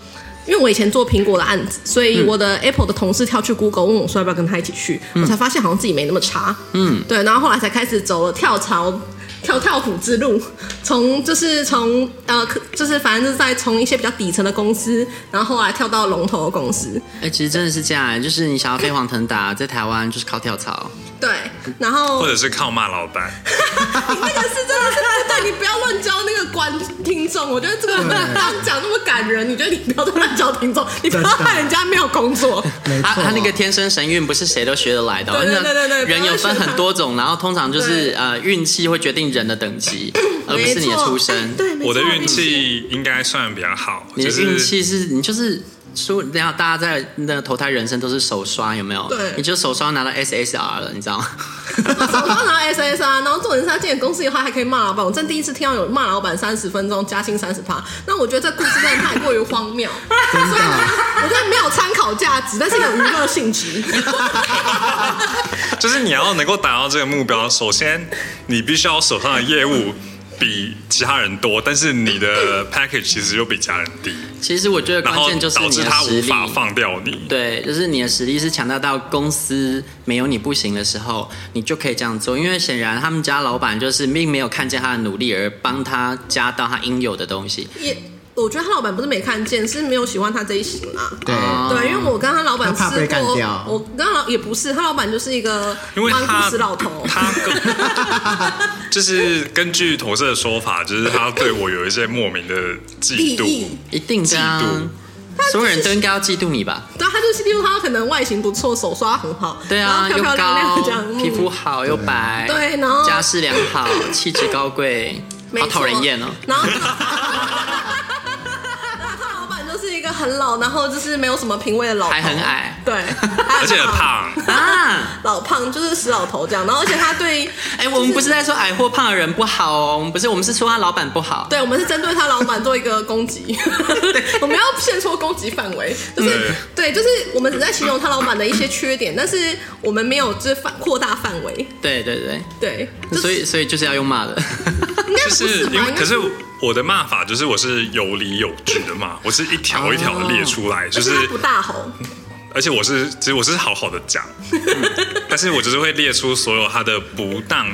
Speaker 5: 因为我以前做苹果的案子，所以我的 Apple 的同事跳去 Google 问我说要不要跟他一起去，我才发现好像自己没那么差。嗯，对，然后后来才开始走了跳槽。跳跳虎之路，从就是从呃，可就是反正就是在从一些比较底层的公司，然后后来跳到龙头的公司，
Speaker 1: 哎、其实真的是这样、就是你想要飞黄腾达，在台湾就是靠跳槽。
Speaker 5: 对，然后
Speaker 4: 或者是靠骂老板，
Speaker 5: (laughs) 你那个是真的是不对，你不要乱教那个观听众。我觉得这个刚讲那么感人，你觉得你不要再乱教听众，你不要害人家没有工作。
Speaker 3: 没错、
Speaker 1: 他他那个天生神运不是谁都学得来的哦、
Speaker 5: 对对对对对
Speaker 1: 人有分很多种，然后通常就是
Speaker 5: 对
Speaker 1: 呃运气会决定人的等级，而呃不
Speaker 5: 没
Speaker 1: 是
Speaker 5: 错，
Speaker 1: 你的出身。
Speaker 5: 对，没错
Speaker 4: 我的运，气应该算比较好，
Speaker 1: 你的
Speaker 4: 就是
Speaker 1: 运气是你就是说，然后大家在那个投胎人生都是手刷，有没有？
Speaker 5: 对
Speaker 1: 你就手刷拿到 SSR 了，你知道吗？ (laughs)
Speaker 5: 我手上拿啊 SSR，然后重点是他进了公司以后还可以骂老板。我真第一次听到有人骂老板三十分钟加薪三十趴，那我觉得这故事真的太过于荒谬，所以
Speaker 3: 真的
Speaker 5: 我觉得没有参考价值，但是有娱乐性质。
Speaker 4: (laughs) 就是你要能够达到这个目标，首先你必须要手上的业务比其他人多，但是你的
Speaker 5: (laughs)
Speaker 4: package 其实又比其他人低，
Speaker 1: 其实我觉得
Speaker 4: 然
Speaker 1: 关
Speaker 4: 后
Speaker 1: 键就是
Speaker 4: 导
Speaker 1: 你
Speaker 4: 致
Speaker 1: 的
Speaker 4: 他
Speaker 1: 实
Speaker 4: 无
Speaker 1: 力。
Speaker 4: 法放掉你。
Speaker 1: 对，就是你的实力是强大到公司没有你不行的时候，你就可以这样做。因为显然他们家老板就是并没有看见他的努力，而帮他加到他应有的东西。
Speaker 5: 也，我觉得他老板不是没看见，是没有喜欢他这一型啦。
Speaker 3: 对，
Speaker 1: 哦
Speaker 5: 对，因为我跟他老板
Speaker 3: 他怕被
Speaker 5: 吃
Speaker 3: 干
Speaker 5: 过
Speaker 3: 掉，
Speaker 5: 我跟他老也不是，他老板就是一个
Speaker 4: 因为
Speaker 5: 蛮
Speaker 4: 他
Speaker 5: 固死老头。
Speaker 4: 他
Speaker 5: (laughs)
Speaker 4: 跟就是根据投射的说法，就是他对我有一些莫名的
Speaker 5: 利
Speaker 4: 嫉妒
Speaker 5: 益。，
Speaker 1: 一定的、啊
Speaker 4: 嫉妒，
Speaker 1: 所有人都应该要嫉妒你吧？
Speaker 5: 对，他就是，例如他可能外形不错，手刷很好，
Speaker 1: 对
Speaker 5: 然
Speaker 1: 啊，
Speaker 5: 后
Speaker 1: 又
Speaker 5: 漂漂亮亮这样
Speaker 1: 高，，皮肤
Speaker 5: 嗯
Speaker 1: 好又白，
Speaker 5: 对然后
Speaker 1: 家世良
Speaker 5: (laughs)
Speaker 1: 好，气质高贵，
Speaker 5: 没
Speaker 1: 好
Speaker 5: 错
Speaker 1: 讨人厌哦。
Speaker 5: 然后。 (laughs) 他老板就是一个很老，然后就是没有什么品味的老头，
Speaker 1: 还很矮
Speaker 5: 对，而
Speaker 4: 而且胖，
Speaker 1: 啊！
Speaker 5: 老胖就是死老头这样。然后而且他对
Speaker 1: (laughs) 哎、我们不是在说矮或胖的人不好哦，我们不是，我们是说他老板不好。
Speaker 5: 对，我们是针对他老板做一个攻击， (laughs) 我们要限缩攻击范围，就是对，就是我们只在形容他老板的一些缺点，但是我们没有就是范扩大范围，
Speaker 1: 对对对，
Speaker 5: 对，就是
Speaker 1: 所以所以就是要用骂的。 (laughs)
Speaker 5: 应该
Speaker 4: 就
Speaker 5: 不是
Speaker 4: 是
Speaker 5: 吧？
Speaker 4: 因为
Speaker 5: 应该
Speaker 4: 可是我的骂法就是我是有理有据的骂，我是一条一条列出来，就
Speaker 5: 而且
Speaker 4: 是
Speaker 5: 他不大吼，
Speaker 4: 而且我是其实我是好好的讲，但是我就是会列出所有他的不当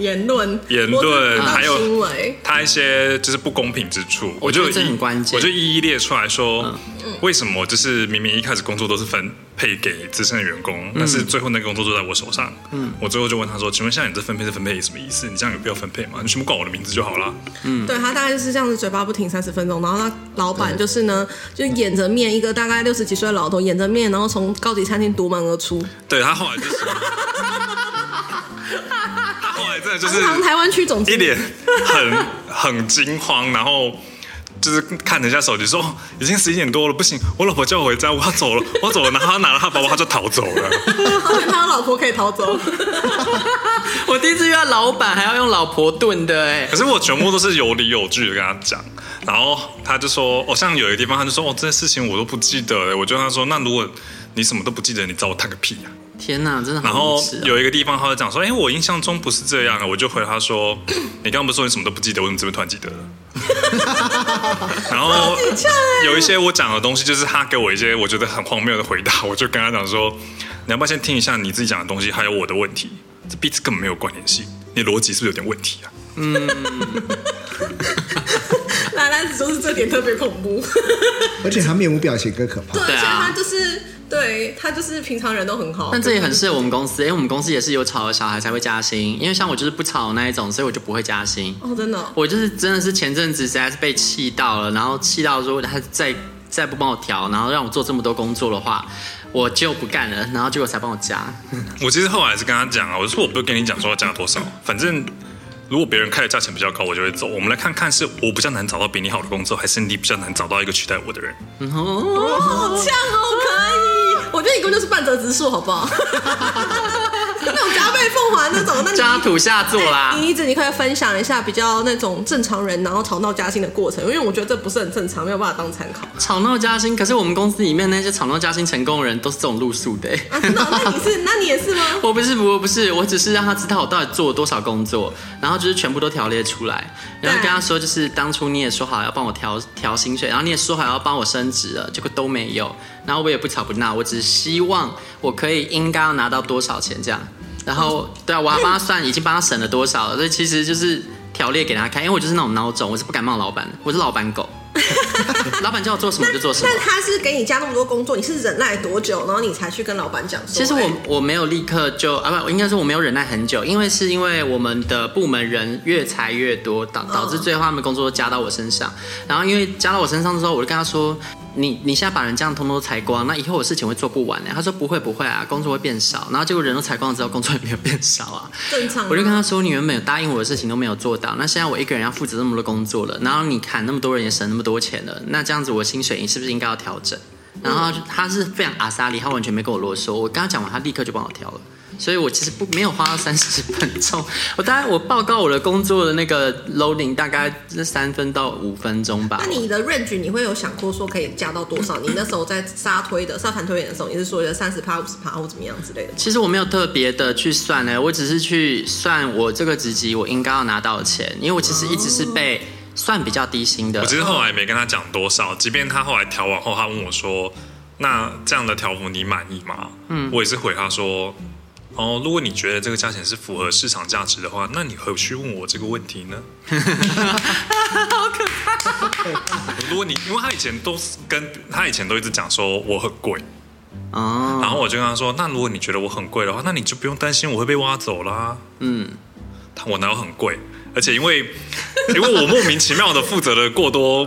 Speaker 5: 言论、
Speaker 4: 言
Speaker 5: 或者
Speaker 4: 论，
Speaker 5: 不当
Speaker 4: 还有
Speaker 5: 行为，
Speaker 4: 他一些就是不公平之处，
Speaker 1: 我
Speaker 4: 我
Speaker 1: 觉得
Speaker 4: 就
Speaker 1: 这
Speaker 4: 一
Speaker 1: 很关键
Speaker 4: 我就一一列出来说，为什么就是明明一开始工作都是分配给资深的员工，但是最后那个工作都在我手上，嗯，我最后就问他说，请问像你这分配是分配什么意思？你这样有必要分配吗？你全部管我的名字就好了。
Speaker 5: 对他大概就是这样子，嘴巴不停三十分钟，然后他老板就是呢，就掩着面，一个大概六十几岁的老头掩着面，然后从高级餐厅夺门而出，
Speaker 4: 对他后来就是，他后来真的就
Speaker 5: 堂
Speaker 4: 是
Speaker 5: 堂台湾区总
Speaker 4: 一
Speaker 5: 经理，
Speaker 4: 脸很很惊慌，然后就是看了一下手机，说哦，已经十一点多了，不行，我老婆叫我回家，我要走了，我要走了。然后他拿了他包包，他就逃走了。
Speaker 5: 好险他有老婆可以
Speaker 4: (laughs)
Speaker 5: 逃走。
Speaker 1: 我第一次遇到老板还要用老婆炖的、哎
Speaker 4: 可，是我全部都是有理有据的跟他讲，然后他就说，哦，像有一个地方他就说，哦，这些事情我都不记得了。我就跟他说，那如果你什么都不记得，你找我探个屁啊呀、
Speaker 1: 天哪，真的
Speaker 4: 然
Speaker 1: 好
Speaker 4: 后
Speaker 1: 无耻、哦。
Speaker 4: 有一个地方他就讲说，哎，我印象中不是这样啊的。我就回他说，你刚刚不是说你什么都不记得，我怎么这么突然记得 (laughs) 了？然后有一些我讲的东西，就是他给我一些我觉得很荒谬的回答，我就跟他讲说，你要不要先听一下你自己讲的东西，还有我的问题，这彼此根本没有关联性，你逻辑是不是有点问题啊？
Speaker 5: 奶奶子就是这点特别恐怖，
Speaker 3: 而且他面无表情更可怕
Speaker 5: 对，。而
Speaker 1: 对
Speaker 5: 且
Speaker 1: 啊
Speaker 5: 他就是对他就是平常人都很好
Speaker 1: 但，这也很适合我们公司，哎因为我们公司也是有吵的小孩才会加薪，因为像我就是不吵的那一种，所以我就不会加薪。
Speaker 5: 哦，真的哦、
Speaker 1: 我就是真的是前阵子实在是被气到了，然后气到说他再再不帮我调，然后让我做这么多工作的话，我就不干了，然后结果才帮我加。
Speaker 4: 我其实后来是跟他讲啊，我就说我不会跟你讲说要加多少，反正如果别人开的价钱比较高，我就会走。我们来看看是我比较难找到比你好的工作，还是你比较难找到一个取代我的人。
Speaker 5: 哇，好呛哦，可以，我觉得你根本就是半折直树，好不好？ (laughs) 那种加倍奉还那种，那你
Speaker 1: 叫他土下做啦。
Speaker 5: 哎你一直你可以分享一下比较那种正常人，然后吵闹加薪的过程，因为我觉得这不是很正常，没有办法当参考。
Speaker 1: 吵闹加薪，可是我们公司里面那些吵闹加薪成功的人都是这种路数的、欸。
Speaker 5: 啊，真的 (laughs) 哦、那你是，那你也是吗？
Speaker 1: (laughs) 我不是，我不是，我只是让他知道我到底做了多少工作，然后就是全部都条列出来，然后
Speaker 5: 对
Speaker 1: 跟他说，就是当初你也说好要帮我调调薪水，然后你也说好要帮我升职了，结果都没有，然后我也不吵不闹，我只是希望我可以应该要拿到多少钱这样，然后对啊，我还帮他算，已经帮他省了多少了，所以其实就是条列给他看，因为我就是那种孬种，我是不敢骂老板的，我是老板狗， (laughs) 老板叫我做什么我就做什么
Speaker 5: 但。他是给你加那么多工作，你是忍耐多久，然后你才去跟老板讲说？
Speaker 1: 其实我
Speaker 5: 哎
Speaker 1: 我没有立刻就啊不，应该说我没有忍耐很久，因为是因为我们的部门人越裁越多，导
Speaker 5: 嗯
Speaker 1: 导致最后他们工作都加到我身上。然后因为加到我身上之后，我就跟他说：“你你现在把人这样通通都裁光，那以后我事情会做不完的。”他说：“不会不会啊，工作会变少。”然后结果人都裁光了之后，工作也没有变少啊。
Speaker 5: 正常啊，
Speaker 1: 我就跟他说：“你原本有答应我的事情都没有做到，那现在我一个人要负责那么多工作了，然后你砍那么多人也省那么多钱了，那这样子我薪水是不是应该要调整？”然后
Speaker 5: 嗯
Speaker 1: 他是非常阿萨里，他完全没跟我啰嗦。我跟他讲完，他立刻就帮我调了。所以我其实不没有花到三十分钟，我大概我报告我的工作的那个 loading 大概是三分到五分钟吧。
Speaker 5: 那你的 range 你会有想过说可以加到多少？你那时候在沙推的沙盘推演的时候，你是说有三十趴、五十趴或怎么样之类的？
Speaker 1: 其实我没有特别的去算呢，我只是去算我这个职级我应该要拿到的钱，因为我其实一直是被算比较低薪的。
Speaker 4: 我其实后来没跟他讲多少，即便他后来调完后，他问我说：“那这样的条幅你满意吗？”嗯，我也是回他说：“哦，如果你觉得这个价钱是符合市场价值的话，那你何须问我这个问题呢？” (laughs) 好可怕！如果你因为他以前都是跟他以前都一直讲说我很贵，
Speaker 1: 哦，
Speaker 4: 然后我就跟他说：“那如果你觉得我很贵的话，那你就不用担心我会被挖走啦。”嗯，我哪有很贵？而且因为 (laughs) 因为我莫名其妙的负责了过多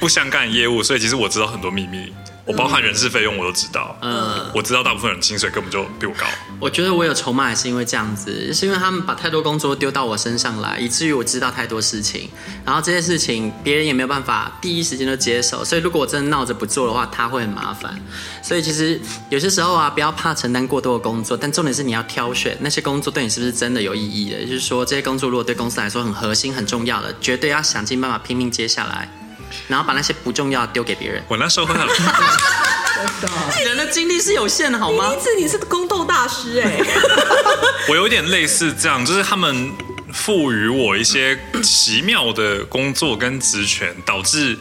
Speaker 4: 不相干的业务，所以其实我知道很多秘密，我包含人事费用我都知道。嗯，我知道大部分人薪水根本就比我高。
Speaker 1: 我觉得我有筹码也是因为这样子，是因为他们把太多工作丢到我身上来，以至于我知道太多事情，然后这些事情别人也没有办法第一时间就接手，所以如果我真的闹着不做的话，他会很麻烦。所以其实有些时候啊，不要怕承担过多的工作，但重点是你要挑选那些工作对你是不是真的有意义的，也就是说这些工作如果对公司来说很核心、很重要的，绝对要想尽办法拼命接下来，然后把那些不重要的丢给
Speaker 5: (laughs)
Speaker 1: 别人。
Speaker 4: 我那时候会很， (laughs)
Speaker 1: 人的精力是有限的，好吗
Speaker 5: 第一？次你是宫斗大师哎、
Speaker 4: 我有点类似这样，就是他们赋予我一些奇妙的工作跟职权，导致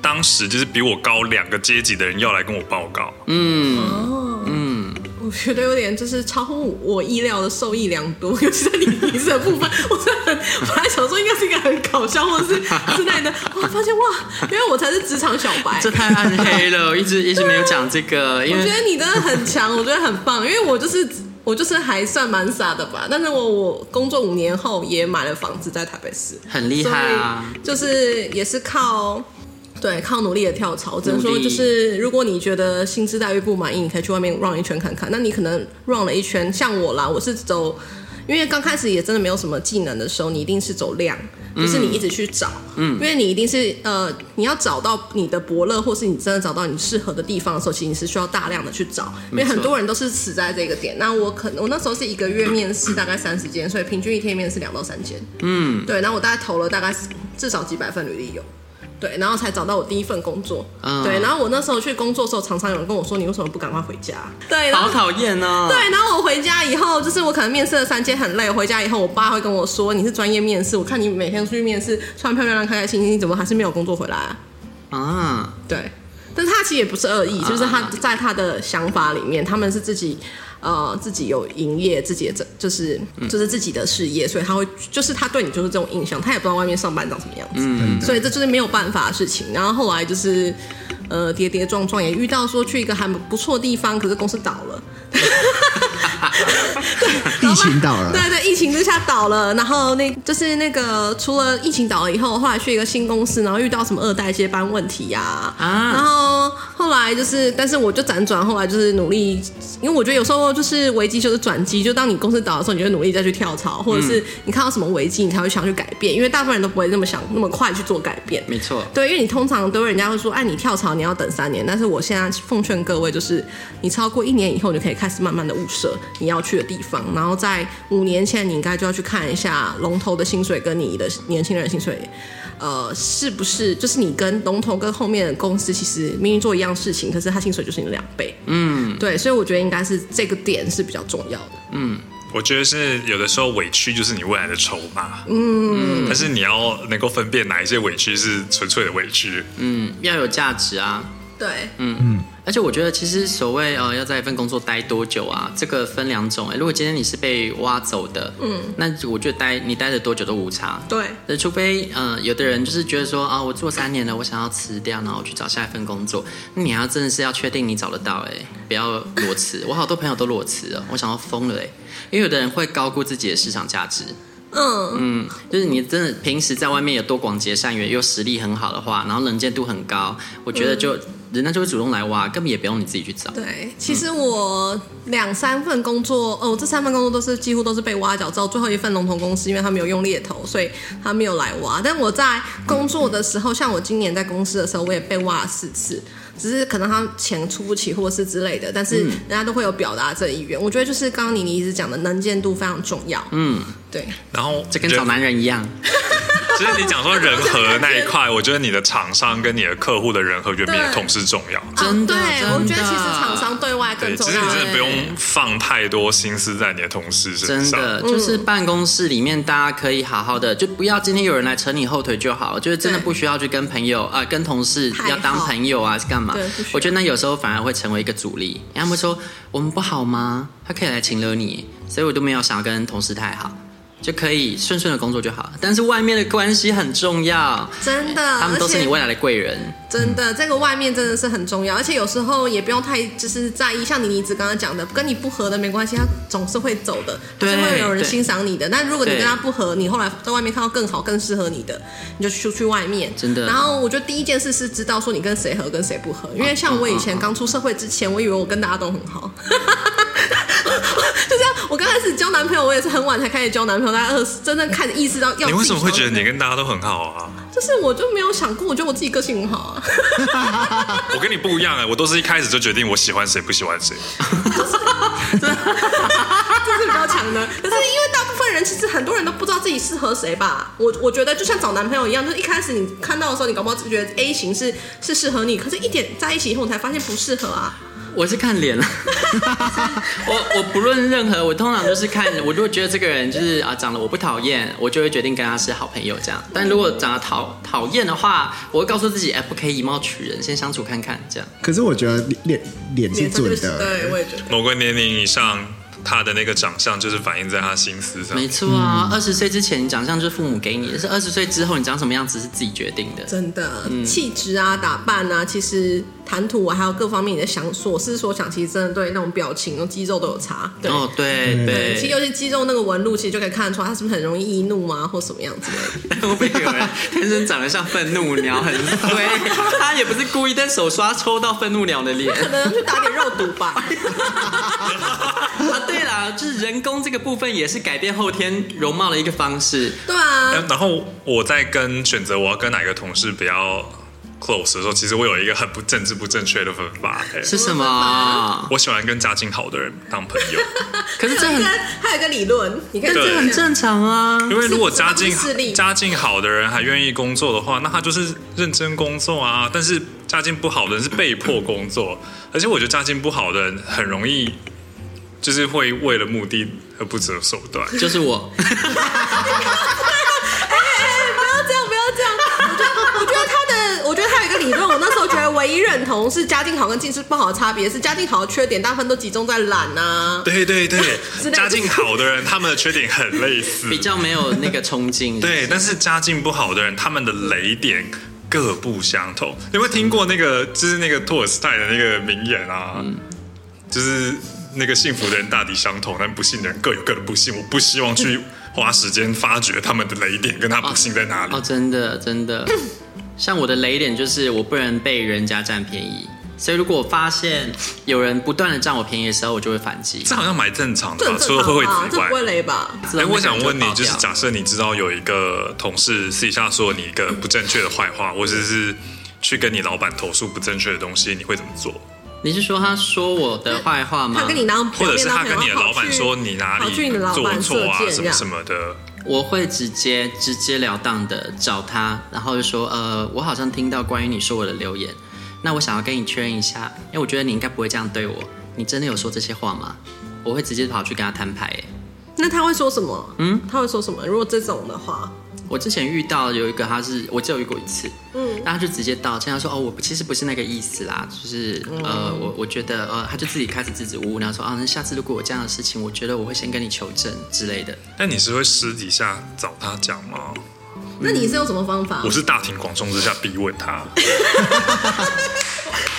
Speaker 4: 当时就是比我高两个阶级的人要来跟我报告。
Speaker 5: 我觉得有点就是超乎我意料的受益良多，尤其在你鼻子的部分，我真的很，本来想说应该是一个很搞笑或者是之类的，哇，发现哇，原来我才是职场小白
Speaker 1: 这。太暗黑了，我一直一直没有讲这个，因
Speaker 5: 我
Speaker 1: 为
Speaker 5: 觉得你真的很强，我觉得很棒，因为我就是我就是还算蛮傻的吧，但是我我工作五年后也买了房子在台北市，
Speaker 1: 很厉害啊！
Speaker 5: 所以就是也是靠。对，靠努力的跳槽，只能说
Speaker 1: 努力
Speaker 5: 就是，如果你觉得薪资待遇不满意，你可以去外面 run 一圈看看。那你可能 run 了一圈，像我啦，我是走因为刚开始也真的没有什么技能的时候，你一定是走量，就是你一直去找，嗯，因为你一定是呃，你要找到你的伯乐，或是你真的找到你适合的地方的时候，其实你是需要大量的去找，因
Speaker 1: 没
Speaker 5: 为
Speaker 1: 错
Speaker 5: 很多人都是死在这个点。那我可能我那时候是一个月面试大概三十间，所以平均一天面试两到三间，嗯，对，然后我大概投了大概至少几百份履历有。对，然后才找到我第一份工作。
Speaker 1: 嗯
Speaker 5: 对，然后我那时候去工作的时候，常常有人跟我说：“你为什么不赶快回家？”对，然后
Speaker 1: 好讨厌哦。
Speaker 5: 对，然后我回家以后，就是我可能面试了三天很累，我回家以后，我爸会跟我说：“你是专业面试，我看你每天出去面试，穿漂漂亮、开开心心，你怎么还是没有工作回来啊
Speaker 1: 啊，？”
Speaker 5: 对，但是他其实也不是恶意，就是他在他的想法里面，他们是自己。呃，自己有营业，自己的就是就是自己的事业，所以他会就是他对你就是这种印象，他也不知道外面上班长什么样子。
Speaker 3: 真的
Speaker 5: 所以这就是没有办法的事情。然后后来就是，呃，跌跌撞撞也遇到说去一个还不错的地方，可是公司倒了。
Speaker 3: (laughs)
Speaker 5: 对
Speaker 3: 疫情倒了
Speaker 5: 对对，疫情之下倒了。然后那就是那个除了疫情倒了以后，后来去一个新公司，然后遇到什么二代接班问题呀、
Speaker 1: 啊
Speaker 5: 然后后来就是，但是我就辗转，后来就是努力，因为我觉得有时候就是危机就是转机，就当你公司倒的时候，你就努力再去跳槽，或者是
Speaker 3: 嗯
Speaker 5: 你看到什么危机，你才会想去改变，因为大部分人都不会那么想那么快去做改变。
Speaker 1: 没错，
Speaker 5: 对，因为你通常都会人家会说，哎，你跳槽你要等三年，但是我现在奉劝各位，就是你超过一年以后，你就可以开始慢慢的物色你要去的地方，然后在五年前，你应该就要去看一下龙头的薪水跟你的年轻人的薪水，呃，是不是就是你跟龙头跟后面的公司其实明明做一样事情，可是他薪水就是你的两倍，嗯，对，所以我觉得应该是这个点是比较重要的。
Speaker 4: 我觉得是有的时候委屈就是你未来的筹码，嗯，但是你要能够分辨哪一些委屈是纯粹的委屈，
Speaker 1: 嗯，要有价值啊。
Speaker 5: 对，
Speaker 1: 而且我觉得，其实所谓呃要在一份工作待多久啊，这个分两种、欸。如果今天你是被挖走的，嗯，那我觉得待你待的多久都无差。
Speaker 5: 对，
Speaker 1: 呃，除非呃，有的人就是觉得说啊，我做三年了，我想要辞掉，然后去找下一份工作。那你要真的是要确定你找得到、欸，哎，不要裸辞。我好多朋友都裸辞了，我想要疯了、欸，因为有的人会高估自己的市场价值。
Speaker 5: 嗯，
Speaker 1: 嗯，就是你真的平时在外面有多广结善缘，又实力很好的话，然后能见度很高，我觉得就、人家就会主动来挖，根本也不用你自己去找。
Speaker 5: 嗯对，其实我两三份工作，哦，我这三份工作都是几乎都是被挖角，到最后一份龙头公司，因为他没有用猎头，所以他没有来挖。但我在工作的时候，像我今年在公司的时候，我也被挖了四次，只是可能他钱出不起或是之类的，但是人家都会有表达这意愿。我觉得就是刚刚妮妮一直讲的能见度非常重要。嗯，对，
Speaker 4: 然后
Speaker 1: 这跟找男人一样，
Speaker 5: 啊
Speaker 4: 其实你讲说人和那一块，我觉得你的厂商跟你的客户的人和远比你的
Speaker 5: 对
Speaker 4: 同事重要。
Speaker 1: 真的
Speaker 5: 啊对，我
Speaker 1: 真
Speaker 5: 觉得
Speaker 1: 的
Speaker 5: 其实厂商对外更
Speaker 4: 对，
Speaker 5: 重
Speaker 4: 其实
Speaker 5: 要
Speaker 4: 你
Speaker 5: 欸。
Speaker 4: 真的不用放太多心思在你的同事身
Speaker 1: 真
Speaker 4: 上。
Speaker 1: 的就是办公室里面，大家可以好好的，就不要今天有人来扯你后腿就好了，就是真的
Speaker 5: 对
Speaker 1: 不需要去跟朋友啊、跟同事
Speaker 5: 太好
Speaker 1: 要当朋友啊，是干嘛
Speaker 5: 对不需要？
Speaker 1: 我觉得那有时候反而会成为一个阻力。然后他们说我们不好吗？他可以来请了你，所以我都没有想要跟同事太好，就可以顺顺的工作就好了。但是外面的关系很重要，
Speaker 5: 真的，
Speaker 1: 他们都是
Speaker 5: 啊而且
Speaker 1: 你未来的贵人。
Speaker 5: 真的，这个外面真的是很重要，而且有时候也不用太就是在意，像你妮子刚刚讲的，跟你不合的没关系，他总是会走的，就
Speaker 1: 对
Speaker 5: 是会有人
Speaker 1: 对
Speaker 5: 欣赏你的。但如果你
Speaker 1: 对
Speaker 5: 跟他不合，你后来在外面看到更好、更适合你的，你就出去外面。
Speaker 1: 真的
Speaker 5: 然后我觉得第一件事是知道说你跟谁合，跟谁不合，因为像我以前刚出社会之前，我以为我跟大家都很好。 (laughs) 就这样，我刚开始交男朋友，我也是很晚才开始交男朋友，大概二十，真正开始意识到要。
Speaker 4: 你为什么会觉得你？跟大家都很好啊？
Speaker 5: 就是我就没有想过，我觉得我自己个性很好啊。
Speaker 4: 我跟你不一样哎、我都是一开始就决定我喜欢谁不喜欢谁。
Speaker 5: (laughs) 这是比较强的。可是因为大部分人其实很多人都不知道自己适合谁吧。我我觉得就像找男朋友一样，就是一开始你看到的时候，你搞不好只觉得 A 型是是适合你，可是一点在一起以后，你才发现不适合啊。
Speaker 1: 我是看脸了， (laughs) 我我不论任何，我通常都是看，我如果觉得这个人就是啊长得我不讨厌，我就会决定跟他是好朋友这样。但如果长得讨讨厌的话，我会告诉自己，哎，不可以以貌取人，先相处看看这样。
Speaker 3: 可是我觉得脸脸是准的，
Speaker 5: 对，我也觉得。
Speaker 4: 某个年龄以上，他的那个长相就是反映在他心思上。
Speaker 1: 没错啊，二十岁之前你长相就是父母给你的，是二十岁之后你长什么样子是自己决定的。
Speaker 5: 真的，气质啊、打扮啊，其实谈吐啊，还有各方面你的想所思所想，其实真的对那种表情、那种肌肉都有差。对，
Speaker 1: 哦，对
Speaker 5: 对，其实
Speaker 1: (laughs) 对，
Speaker 5: 尤其肌肉那个纹路，其实就可以看得出来他是不是很容易易怒啊，或什么样之类的。
Speaker 1: 会不会有人天生长得像愤怒鸟，很衰？ (laughs) 他也不是故意，但手刷抽到愤怒鸟的脸。
Speaker 5: 可能去打点肉毒吧。
Speaker 1: 啊，对对啦，就是人工这个部分也是改变后天容貌的一个方式。
Speaker 5: 对啊，
Speaker 4: 然后我在跟选择我要跟哪个同事比较 close 的时候，其实我有一个很不政治不正确的分法、哎
Speaker 1: 是什
Speaker 4: (laughs)
Speaker 1: 么？
Speaker 4: 我喜欢跟家境好的人当朋友，
Speaker 1: 可是这
Speaker 5: 还有
Speaker 1: 很
Speaker 5: 一个，还有一个理论，你看
Speaker 1: 但这哎很正常啊。
Speaker 4: 因为如果家境
Speaker 5: 是势利
Speaker 4: 家境好的人还愿意工作的话，那他就是认真工作啊。但是家境不好的人是被迫工作，而且我觉得家境不好的人很容易就是会为了目的而不择手段。
Speaker 1: 就是我，
Speaker 5: 哎不要这样，不要这样。我觉得，我觉得他的，我觉得他有一个理论，我那时候觉得唯一认同是家境好跟近视不好的差别是家境好的缺点大部分都集中在懒啊。
Speaker 4: 对对对
Speaker 5: 之类的，
Speaker 4: 家境好的人他们的缺点很类似，
Speaker 1: 比较没有那个冲劲。
Speaker 4: 对，但是家境不好的人，他们的雷点各不相同。有没有听过那个，就是那个托尔斯泰的那个名言啊？就是那个幸福的人大抵相同，但不幸的人各有各的不幸。我不希望去花时间发掘他们的雷点跟他不幸在哪里。
Speaker 1: 哦，真的真的，像我的雷点就是我不能被人家占便宜，所以如果我发现有人不断的占我便宜的时候，我就会反击。
Speaker 4: 这好像蛮正常的
Speaker 5: 这
Speaker 4: 吧，
Speaker 5: 很
Speaker 4: 除
Speaker 5: 正
Speaker 4: 了
Speaker 5: 常
Speaker 4: 慧慧
Speaker 5: 吧？
Speaker 4: 之
Speaker 5: 这
Speaker 4: 外
Speaker 5: 不。会雷吧？
Speaker 1: 知道那
Speaker 4: 哎，
Speaker 1: 个
Speaker 4: 我想
Speaker 1: 人
Speaker 4: 问
Speaker 1: 就会，
Speaker 4: 你
Speaker 1: 爆
Speaker 4: 就是
Speaker 1: 掉
Speaker 4: 假设你知道有一个同事私底下说你一个不正确的坏话，或者是去跟你老板投诉不正确的东西，你会怎么做？
Speaker 1: 你是说他说我的坏话吗？
Speaker 5: 他跟你拿，
Speaker 4: 嗯或者是他跟你的
Speaker 5: 表面
Speaker 4: 老板说你哪
Speaker 5: 跑
Speaker 4: 里
Speaker 5: 去你的老
Speaker 4: 做
Speaker 5: 板
Speaker 4: 错啊
Speaker 5: 射箭
Speaker 4: 什
Speaker 5: 这
Speaker 4: 么
Speaker 5: 样
Speaker 4: 什么的，
Speaker 1: 我会直接直截了当的找他，然后就说，呃，我好像听到关于你说我的留言，那我想要跟你确认一下，因为我觉得你应该不会这样对我，你真的有说这些话吗？我会直接跑去跟他摊牌。哎
Speaker 5: 那他会说什么？嗯，他会说什么？如果这种的话，
Speaker 1: 我之前遇到有一个，他是我只有遇过一次，嗯，那他就直接道歉，他说哦，我其实不是那个意思啦，就是、呃，我我觉得呃，他就自己开始支支吾吾，然后说啊，那下次如果有这样的事情，我觉得我会先跟你求证之类的。
Speaker 4: 那你是会私底下找他讲吗？
Speaker 5: 那你是用什么方法
Speaker 4: 嗯我？是大庭广众之下逼问他，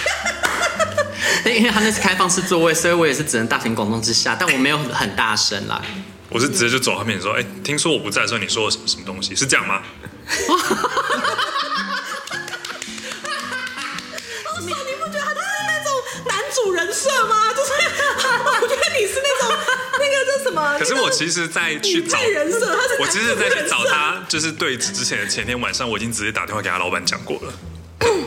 Speaker 1: (laughs) 但因为他那是开放式座位，所以我也是只能大庭广众之下，但我没有很大声啦。
Speaker 4: 我是直接就走到他面前说：“哎、听说我不在的时候你说了什么什么东西，是这样吗
Speaker 5: 我说你不觉得他就是那种男主人设吗？就是 (laughs) 我觉得你是那种那个叫什么？？”
Speaker 4: 可是我其实，在去
Speaker 5: 女
Speaker 4: 找
Speaker 5: 配人设，他是
Speaker 4: 我其实，在
Speaker 5: 男主
Speaker 4: 去
Speaker 5: 人
Speaker 4: 找
Speaker 5: 设
Speaker 4: 他就是对峙之前的前天晚上，我已经直接打电话给他老板讲过了。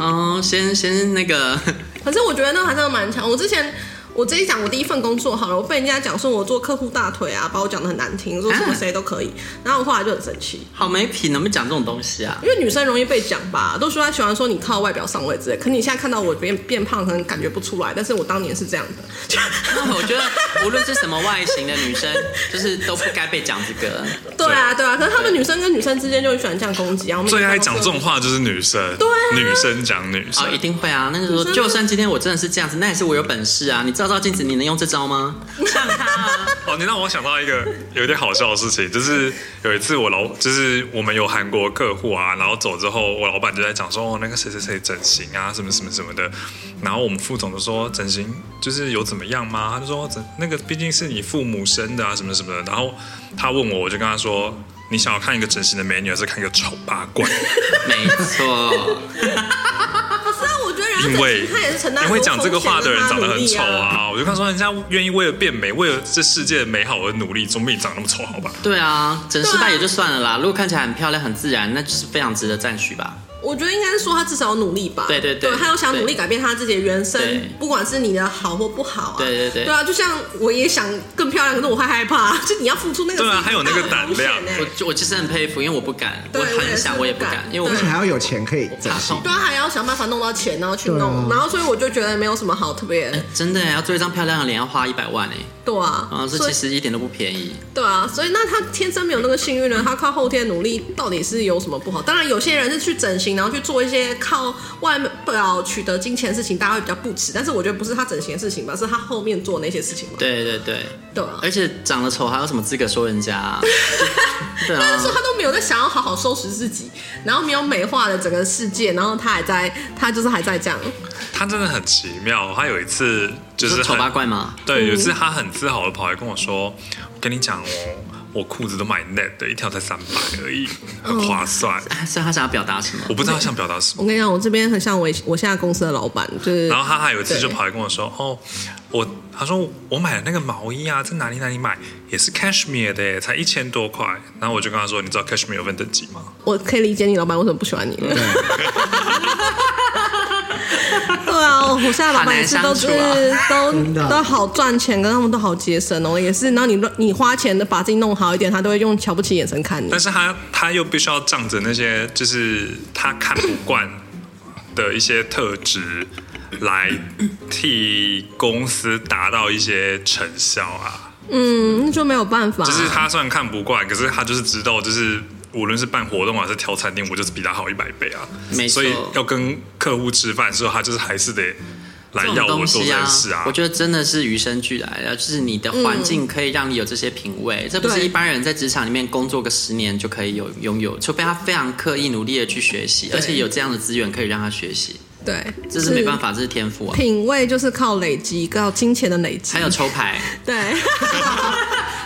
Speaker 1: 嗯，先先那个，
Speaker 5: 可是我觉得那还真的蛮强。我之前我自己讲我第一份工作好了，我被人家讲说我做客户大腿啊，把我讲的很难听，说什
Speaker 4: 啊
Speaker 5: 么谁都可以。然后我后来就很生气，
Speaker 1: 好没品，能不能讲这种东西啊？ (laughs)
Speaker 5: 因为女生容易被讲吧，都说她喜欢说你靠外表上位之类。可你现在看到我变变胖，可能感觉不出来，但是我当年是这样的。
Speaker 4: (laughs)
Speaker 1: 我觉得无论是什么外形的女生，就是都不该被讲这个。
Speaker 5: (laughs) 对啊，对啊，可是他们女生跟女生之间就很喜欢这样攻击啊。我每
Speaker 4: 最
Speaker 5: 天
Speaker 4: 爱
Speaker 5: 都
Speaker 4: 讲这种话就是女生，
Speaker 5: 对啊
Speaker 4: 女生讲女
Speaker 1: 啊、
Speaker 4: 生，
Speaker 1: 一定会啊！那个时候，
Speaker 5: 你真的
Speaker 1: 就算今天我真的是这样子，那也是我有本事啊！你照照镜子，你能用这招吗？像他啊，
Speaker 4: (laughs) 哦，你让我想到一个有点好笑的事情，就是有一次我老，就是我们有韩国客户啊，然后走之后，我老板就在讲说，哦，那个谁谁谁整形啊，什么什么什么的，然后我们副总就说整形就是有怎么样吗？他就说哦整那个毕竟是你父母生的啊，什么什么的，然后他问我，我就跟他说，你想要看一个整形的美女，还是看一个丑八怪？
Speaker 1: (laughs) 没错，
Speaker 5: 不是啊，我觉得人家
Speaker 4: 因为
Speaker 5: 整形 (laughs) 他也是承担
Speaker 4: 因
Speaker 5: 很
Speaker 4: 为
Speaker 5: 多
Speaker 4: 讲这个话的人长
Speaker 5: 风险
Speaker 4: 得
Speaker 5: 跟他努
Speaker 4: 很
Speaker 5: 力
Speaker 4: 丑啊，我就看说人家愿意为了变美，为了这世界的美好而努力，总比你长那么丑好吧？
Speaker 1: 对啊，整失
Speaker 5: 对啊
Speaker 1: 败也就算了啦。如果看起来很漂亮、很自然，那就是非常值得赞许吧。
Speaker 5: 我觉得应该是说他至少有努力吧，
Speaker 1: 对对对
Speaker 5: 他有想努力
Speaker 1: 对
Speaker 5: 改变他自己的原生
Speaker 1: 对，
Speaker 5: 不管是你的好或不好啊，
Speaker 1: 对对对
Speaker 5: 对啊，就像我也想更漂亮，可是我会害怕， (laughs) 就你要付出那个
Speaker 4: 对啊
Speaker 5: 自己
Speaker 4: 还有那个
Speaker 5: 很
Speaker 4: 胆
Speaker 5: 大的风
Speaker 4: 量
Speaker 5: 险欸
Speaker 1: 我我其实很佩服，因为我不敢，我
Speaker 5: 对我也
Speaker 1: 很
Speaker 5: 是
Speaker 1: 想，我也不
Speaker 5: 不
Speaker 1: 敢，
Speaker 5: 敢
Speaker 1: 因为
Speaker 3: 而且
Speaker 1: 我
Speaker 3: 还要有钱可以整
Speaker 1: 怕
Speaker 3: 形
Speaker 1: 痛。
Speaker 5: 对啊，还要想办法弄到钱，然后去
Speaker 3: 对啊
Speaker 5: 弄，然后所以我就觉得没有什么好特别，
Speaker 1: 真的耶要做一张漂亮的脸要花一百万哎，
Speaker 5: 对啊，
Speaker 1: 啊，这
Speaker 5: 所
Speaker 1: 其
Speaker 5: 以
Speaker 1: 实一点都不便宜。
Speaker 5: 对啊，所以那他天生没有那个幸运呢，他靠后天努力到底是有什么不好？当然，有些人是去整形，然后去做一些靠外表取得金钱的事情，大家会比较不耻。但是我觉得不是他整形的事情吧，是他后面做那些事情吧。
Speaker 1: 对对对，
Speaker 5: 对啊，
Speaker 1: 而且长得丑还有什么资格说人家、
Speaker 5: (laughs)
Speaker 1: 啊？对啊，
Speaker 5: 但是他都没有在想要好好收拾自己，然后没有美化了整个世界，然后他还在，他就是还在这样。
Speaker 4: 他真的很奇妙。他有一次就
Speaker 1: 你
Speaker 4: 是
Speaker 1: 说丑
Speaker 4: 很
Speaker 1: 八怪吗？
Speaker 4: 对，有一次他很自豪的跑来跟我说：“我跟你讲哦，我裤子都买 net 的，一条才三百而已，很划算。
Speaker 1: 所以他想要表达什么？
Speaker 4: 我不知道他想表达什么。
Speaker 5: 我跟你讲，我这边很像我以我现在公司的老板，就是
Speaker 4: 然后他还有一次就
Speaker 5: 对
Speaker 4: 跑来跟我说：“哦，我他说我买的那个毛衣啊，在哪里哪里买，也是 cashmere 的耶，才一千多块。”然后我就跟他说：“你知道 cashmere 有分等级吗
Speaker 5: 我可以理解你老板为什么不喜欢你了。 (laughs) 对啊，我现在老板也是都是
Speaker 1: 好难啊
Speaker 5: 都
Speaker 3: 真的
Speaker 5: 都好赚钱，跟他们都好节省哦，也是。然后你乱你花钱的把自己弄好一点，他都会用瞧不起眼神看你？”
Speaker 4: 但。是他他又必须要仗着那些就是他看不惯的一些特质，来替公司达到一些成效啊。
Speaker 5: 嗯，那就没有办
Speaker 1: 啊
Speaker 5: 法。
Speaker 4: 就是他虽然看不惯，可是他就是知道，就是无论是办活动还是挑餐厅，我就是比他好一百倍啊。
Speaker 1: 没错
Speaker 4: 所以要跟客户吃饭的时候，他就是还是得来
Speaker 1: 这种
Speaker 4: 要我
Speaker 1: 东
Speaker 4: 做这
Speaker 1: 西
Speaker 4: 件
Speaker 1: 啊
Speaker 4: 事啊。，
Speaker 1: 我觉得真的是与生俱来的，就是你的环境可以让你有这些品味，这不是
Speaker 5: 嗯对
Speaker 1: 一般人在职场里面工作个十年就可以有拥有，除非他非常刻意努力的去学习，而且有这样的资源可以让他学习，
Speaker 5: 对，
Speaker 1: 这是没办。法，这是天赋
Speaker 5: (laughs)
Speaker 1: 啊。
Speaker 5: 品味就是靠累积，靠金钱的累积。
Speaker 1: 还有抽
Speaker 5: (laughs)
Speaker 1: 牌，
Speaker 5: 对，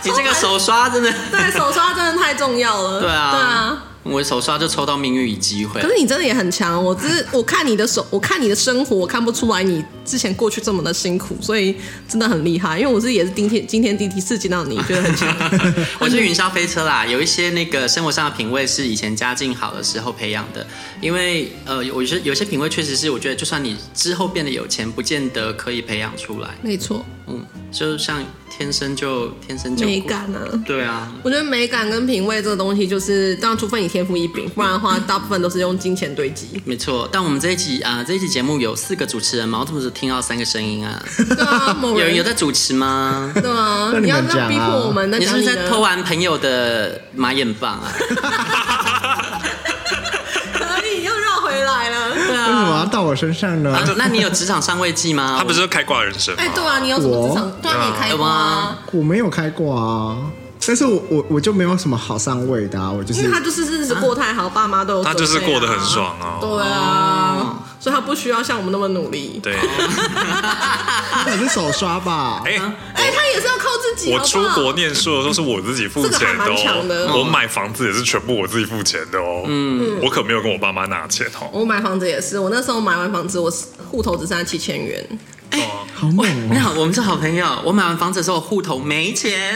Speaker 1: 你这个手刷真的，
Speaker 5: 对手刷真的太重要了。
Speaker 1: 对啊，
Speaker 5: 对啊。
Speaker 1: 我手刷就抽到命运与机会
Speaker 5: 可。是你真的也很强，我只是我看你的手，我看你的生活，我看不出来你之前过去这么的辛苦，所以真的很厉害。因为我是也是今天今天第一次见到你，觉得很强。
Speaker 1: (laughs) 我是云霄飞车啦，有一些那个生活上的品味是以前家境好的时候培养的，因为呃，有有些有些品味确实是我觉得，就算你之后变得有钱，不见得可以培养出来。
Speaker 5: 没错，
Speaker 1: 嗯，就像天生就天生就
Speaker 5: 美感啊。
Speaker 1: 对啊，
Speaker 5: 我觉得美感跟品味这个东西，就是当然，除非你天赋异禀，不然的话，大部分都是用金钱堆
Speaker 1: (laughs)
Speaker 5: 积。
Speaker 1: 没错。但我们这一集啊、这一集节目有四个主持人嘛，我怎么只听到三个声音啊？
Speaker 5: 对啊，某
Speaker 1: 有人
Speaker 5: 人
Speaker 1: 有在主持吗？
Speaker 5: 对啊，
Speaker 3: 那你
Speaker 5: 你要
Speaker 3: 们
Speaker 5: 不要
Speaker 3: 讲
Speaker 5: 逼迫
Speaker 3: 啊
Speaker 5: 我们？ (laughs) 那
Speaker 1: 你是
Speaker 5: 讲
Speaker 1: 不是
Speaker 5: 你
Speaker 1: 在
Speaker 5: 的
Speaker 1: 偷玩朋友的马眼棒
Speaker 4: (laughs)
Speaker 1: 啊？
Speaker 5: (laughs) 可以又绕回来了。
Speaker 1: 对
Speaker 3: 为什么
Speaker 1: 啊。
Speaker 3: 要到我身上呢？
Speaker 1: 啊那你有职场上位记吗？
Speaker 4: 他不是说开挂人生吗？
Speaker 5: 哎，对啊，你有什么职场
Speaker 3: 我？
Speaker 5: 对啊，你开花啊，
Speaker 3: 我没有开过啊，但是我我我就没有什么好上位的啊，我就是
Speaker 5: 因为他就是日子过太好，爸妈都有
Speaker 4: 他就是
Speaker 5: 准备
Speaker 4: 过
Speaker 5: 啊
Speaker 4: 得很爽哦。
Speaker 5: 对啊，所以他不需要像我们那么努力。
Speaker 1: 啊
Speaker 4: 对，
Speaker 3: 那是手刷吧？
Speaker 1: (laughs)
Speaker 4: 哎，
Speaker 5: 哎、他也是要靠自己。
Speaker 4: 我
Speaker 5: 好不
Speaker 4: 出
Speaker 5: 好
Speaker 4: 国念书的时候是我自己付钱的
Speaker 5: 这个还蛮强的
Speaker 4: 哦，我买房子也是全部我自己付钱的哦。嗯，我可没有跟我爸妈拿钱哦。
Speaker 5: 我买房子也是，我那时候买完房子，我户头只剩下七千元。
Speaker 3: 好猛
Speaker 1: (laughs) 你
Speaker 3: 哦！
Speaker 1: 好，我们是好朋友。我买完房子的时候，户头没钱，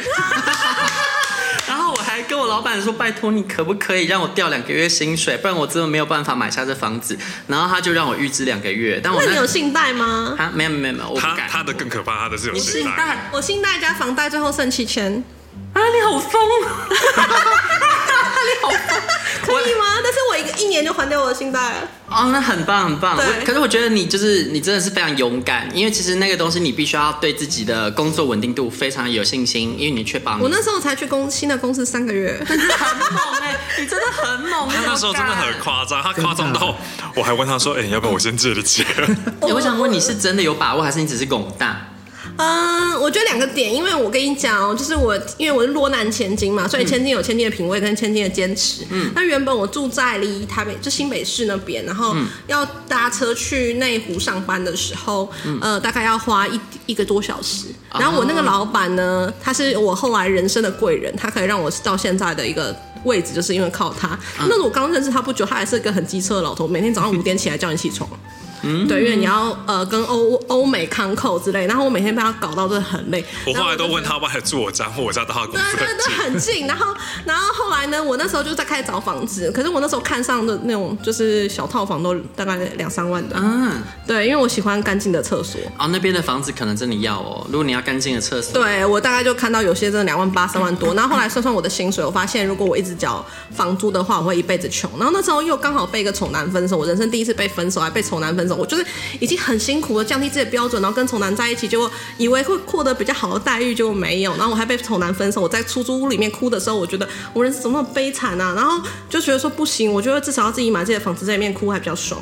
Speaker 1: (laughs) 然后我还跟我老板说：“拜托你可不可以让我调两个月薪水，不然我真的没有办法买下这房子。”然后他就让我预支两个月，
Speaker 4: 哦
Speaker 1: 但我
Speaker 5: 那你有信贷吗？
Speaker 1: 啊？没有没有没有，我不
Speaker 4: 他
Speaker 1: 敢。
Speaker 4: 他的更可怕，他的是有信贷。
Speaker 1: 贷
Speaker 5: 我信贷加房贷，最后剩七千，
Speaker 1: 啊？你好疯！ (laughs) 你好疯！
Speaker 5: 可以吗？但是我一个一年就还掉我的信贷
Speaker 4: 嗯
Speaker 5: 了。
Speaker 1: 哦，那很棒，很棒。
Speaker 5: 对
Speaker 1: 我可是我觉得你就是你真的是非常勇敢，因为其实那个东西你必须要对自己的工作稳定度非常有信心，因为你确保你
Speaker 5: 我那时候才去公新的公司三个月， (laughs)
Speaker 1: 很猛哎、
Speaker 5: 欸
Speaker 1: 你真的很猛、啊
Speaker 4: 他那时候真的很夸张，他夸张到我还问他说：“哎，你要不要我先借你钱？”
Speaker 5: (laughs)
Speaker 1: 欸我想问你是真的有把握，还是你只是拱大？
Speaker 5: 嗯，我觉得两个点，因为我跟你讲哦，就是我因为我是罗南千金嘛，所以千金有千金的品味跟千金的坚持。嗯，那原本我住在离台北就新北市那边，然后要搭车去内湖上班的时候，呃，大概要花一一个多小时。然后我那个老板呢，他是我后来人生的贵人，他可以让我到现在的一个。位置就是因为靠他。那时候我刚认识他不久，他还是个很机车的老头，每天早上五点起来叫你起床。对，因为你要呃跟欧欧美康扣之类，然后我每天被他搞到真的很累。
Speaker 4: 我后来
Speaker 5: 然
Speaker 4: 都
Speaker 5: 就
Speaker 4: 问他要不要来住我家，或我家到他公
Speaker 5: (laughs) 对
Speaker 4: 司
Speaker 5: 对
Speaker 4: 很
Speaker 5: 对，
Speaker 4: 近。
Speaker 5: 很近。然后，然后后来呢，我那时候就在开始找房子，可是我那时候看上的那种就是小套房都大概两三万的。
Speaker 1: 嗯，
Speaker 5: 对，因为我喜欢干净的厕所。
Speaker 1: 哦，那边的房子可能真的要哦。如果你要干净的厕所，
Speaker 5: 对我大概就看到有些真的两万八、三万多，然后后来算算我的薪水，我发现如果我一直缴房租的话，我会一辈子穷。然后那时候又刚好被一个丑男分手，我人生第一次被分手，还被丑男分手，我就是已经很辛苦的降低自己的标准，然后跟丑男在一起，结果以为会获得比较好的待遇，结果没有。然后我还被丑男分手，我在出租屋里面哭的时候，我觉得我人生怎么那么悲惨啊？然后就觉得说不行，我觉得至少要自己买自己的房子，在里面哭还比较爽。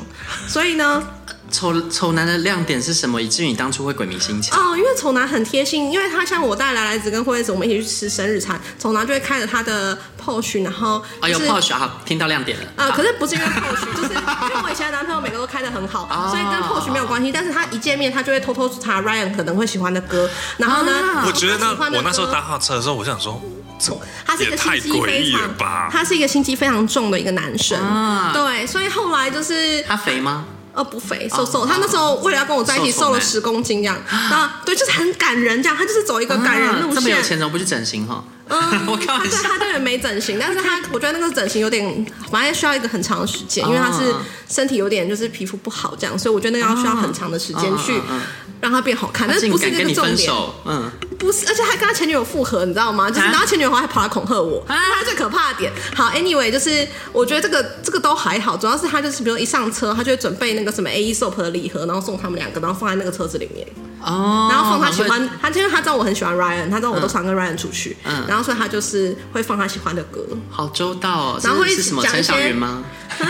Speaker 5: 所以呢，
Speaker 1: 丑丑男的亮点是什么，以至于你当初会鬼迷心窍？
Speaker 5: 哦，因为丑男很贴心，因为他像我带来来子跟惠子，我们一起去吃生日餐，丑男就会开着他的 POS，然后
Speaker 1: 哦，
Speaker 5: 就
Speaker 1: 有
Speaker 5: 是、
Speaker 1: 泡雪好，听到亮点了。
Speaker 5: 呃，可是不是因为 POS，就是
Speaker 4: (laughs)
Speaker 5: 因为我以前的男朋友每个都开的很好，所以跟 POS 没有关系。但是他一见面，他就会偷偷查 Ryan 可能会喜欢的歌，然后呢，
Speaker 1: 啊
Speaker 4: 我觉得
Speaker 5: 喜
Speaker 4: 那
Speaker 5: 欢的
Speaker 4: 我那时候
Speaker 5: 歌
Speaker 4: 搭他车的时候，我想说，
Speaker 5: 错，他是一个
Speaker 4: 也太
Speaker 5: 心机
Speaker 4: 诡
Speaker 5: 非
Speaker 4: 异了
Speaker 5: 常，
Speaker 4: 吧
Speaker 5: 他是一个心机非常重的一个男生。
Speaker 1: 啊
Speaker 5: 对，所以后来就是
Speaker 1: 他肥吗？
Speaker 5: 呃，不肥，
Speaker 4: 啊
Speaker 5: 瘦瘦。他那时候为了要跟我在一起，
Speaker 1: 瘦丑
Speaker 5: 瘦了
Speaker 1: 男
Speaker 5: 十公斤这样。啊，对，就是很感人这样。他就是走一个感人路
Speaker 1: 啊这么有钱
Speaker 5: 线。
Speaker 1: 怎么不去整形哈？
Speaker 5: 嗯
Speaker 1: (laughs) 我开
Speaker 5: 他
Speaker 1: 玩
Speaker 5: 对
Speaker 1: 笑。
Speaker 5: 他对人没整形，但
Speaker 1: (laughs)
Speaker 5: 是他我觉得那个整形有点，反正需要一个很长的时间，因为他是
Speaker 1: 啊
Speaker 5: 身体有点就是皮肤不好这样，所以我觉得那个要需要很长的时间去
Speaker 1: 啊啊啊啊
Speaker 5: 让他变好看，但是
Speaker 1: 竟
Speaker 5: 不是
Speaker 1: 敢
Speaker 5: (laughs) 那
Speaker 1: 跟
Speaker 5: 个
Speaker 1: 你
Speaker 5: 重
Speaker 1: 分
Speaker 5: 点，
Speaker 1: 手？嗯，
Speaker 5: 不是，而且他跟他前女友复合，你知道吗？就是
Speaker 1: 啊
Speaker 5: 然后前女友还跑来恐吓我，
Speaker 1: 啊
Speaker 5: 这是他最可怕的点。好，anyway，就是我觉得这个这个都还好，主要是他就是比如一上车，他就会准备那个什么 A E soap 的礼盒，然后送他们两个，然后放在那个车子里面，
Speaker 1: 哦，
Speaker 5: 然后放他喜
Speaker 1: 好
Speaker 5: 欢
Speaker 1: 会，
Speaker 5: 他因为他知道我很喜欢 Ryan，他知道我都常跟 Ryan 出去，
Speaker 1: 嗯
Speaker 5: 然后所以他就是会放他喜欢的歌。 (laughs)
Speaker 1: 好周到哦。
Speaker 5: 然后
Speaker 1: 是
Speaker 5: 会
Speaker 1: 是什么？
Speaker 5: 讲一
Speaker 1: 陈
Speaker 5: 些
Speaker 1: 小云
Speaker 5: (laughs)
Speaker 1: 吗？ (laughs)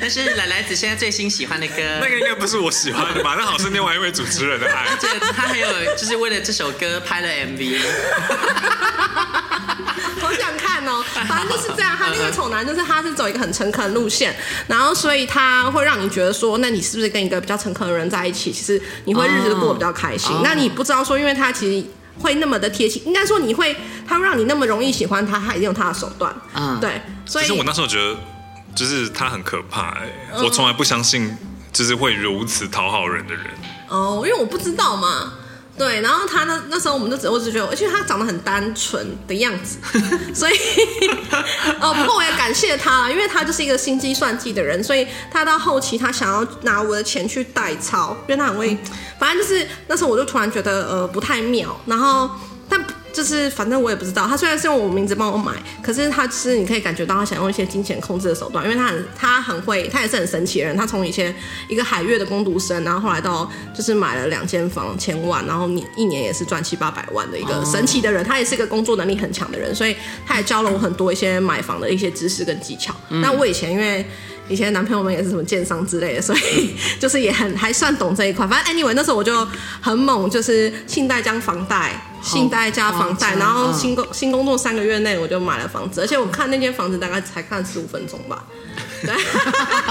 Speaker 1: 那是奶奶子现在最新喜欢的歌。 (laughs)
Speaker 4: 那个应该不是我喜欢的吧？那好像是另外一位主持人的爱。
Speaker 1: 这个他还有就是为了这首歌拍了 MV，
Speaker 5: 好想看哦，反正就是这样。他那个丑男就是他是走一个很诚恳的路线，然后所以他会让你觉得说，那你是不是跟一个比较诚恳的人在一起，其实你会日子过得比较开心。
Speaker 1: 哦
Speaker 5: 那你不知道说，因为他其实。会那么的贴心，应该说你会，他会让你那么容易喜欢他，他一定有他的手段，
Speaker 1: 嗯
Speaker 5: 对， (laughs) 所
Speaker 4: 其
Speaker 5: 以嗯
Speaker 4: 实我那时候觉得，就是他很可怕、欸，我从来不相信，就是会如此讨好人的人。
Speaker 5: 哦，因为我不知道嘛。对，然后他那那时候我们就只我只觉得，而且他长得很单纯的样子，所以哦，不过我也感谢他啦，因为他就是一个心机算计的人，所以他到后期他想要拿我的钱去代操，因为他很会，反正就是那时候我就突然觉得呃不太妙，然后但就是反正我也不知道，他虽然是用我名字帮我买，可是他是你可以感觉到他想用一些金钱控制的手段，因为他很他很会，他也是很神奇的人。他从以前一个海月的工读生，然后后来到就是买了两间房，千万，然后你一年也是赚七八百万的一个神奇的人。他也是一个工作能力很强的人，所以他也教了我很多一些买房的一些知识跟技巧。那我以前因为以前男朋友们也是什么建商之类的，所以就是也很还算懂这一块。反正 anyway，那时候我就很猛，就是信贷加房贷，信贷加房贷，
Speaker 1: 夸张
Speaker 5: 然后
Speaker 1: 嗯
Speaker 5: 新工新工作三个月内我就买了房子，而且我看那间房子大概才看十五分钟吧。对， (laughs)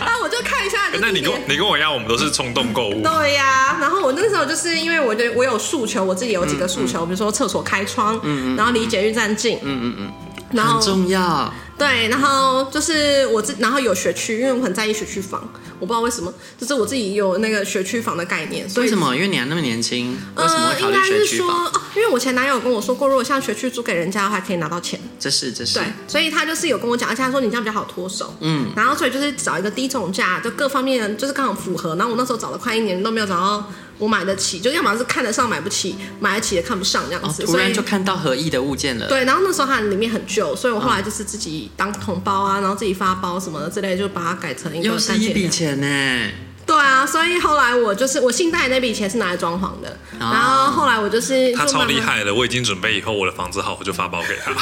Speaker 5: 那我就看一下这
Speaker 4: 哎那你
Speaker 5: 几
Speaker 4: 跟
Speaker 5: 年
Speaker 4: 我。你跟我一样，我们都是冲动购物。
Speaker 5: 对呀、然后我那时候就是因为我觉得我有诉求，我自己有几个诉求，比如说厕所开窗，然后离捷运站近，嗯嗯嗯，然后
Speaker 1: 很重要。
Speaker 5: 对，然后就是我自，然后有学区，因为我很在意学区房，我不知道为什么，就是我自己有那个学区房的概念，所以
Speaker 1: 为什么？因为你还那么年轻，为什么
Speaker 5: 呃，
Speaker 1: 会考
Speaker 5: 应
Speaker 1: 虑
Speaker 5: 该
Speaker 1: 学
Speaker 5: 是
Speaker 1: 区
Speaker 5: 说，
Speaker 1: 房？
Speaker 5: 哦，因为我前男友跟我说过，如果像学区租给人家的话，还可以拿到钱。
Speaker 1: 这是这是
Speaker 5: 对，所以他就是有跟我讲，而且他说你这样比较好脱手。嗯，然后所以就是找一个低总价，就各方面就是刚好符合。然后我那时候找了快一年都没有找到我买得起，就要么是看得上买不起，买得起也看不上这样
Speaker 1: 哦，
Speaker 5: 子。
Speaker 1: 突
Speaker 5: 所以
Speaker 1: 然就看到合意的物件了。
Speaker 5: 对，然后那时候它里面很旧，所以我后来
Speaker 1: 嗯
Speaker 5: 就是自己当桶包啊，然后自己发包什么的之类，就把它改成一个
Speaker 1: 又是
Speaker 5: 三
Speaker 1: 一
Speaker 5: 千
Speaker 1: 笔
Speaker 5: 两。
Speaker 1: 钱呢，
Speaker 5: 对啊，所以后来我就是我信贷那笔钱是拿来装潢的，
Speaker 1: 啊
Speaker 5: 然后后来我就是
Speaker 4: 他
Speaker 5: 就
Speaker 4: 超
Speaker 5: 慢慢
Speaker 4: 厉，害的，我已经准备以后我的房子好，我就发包给他。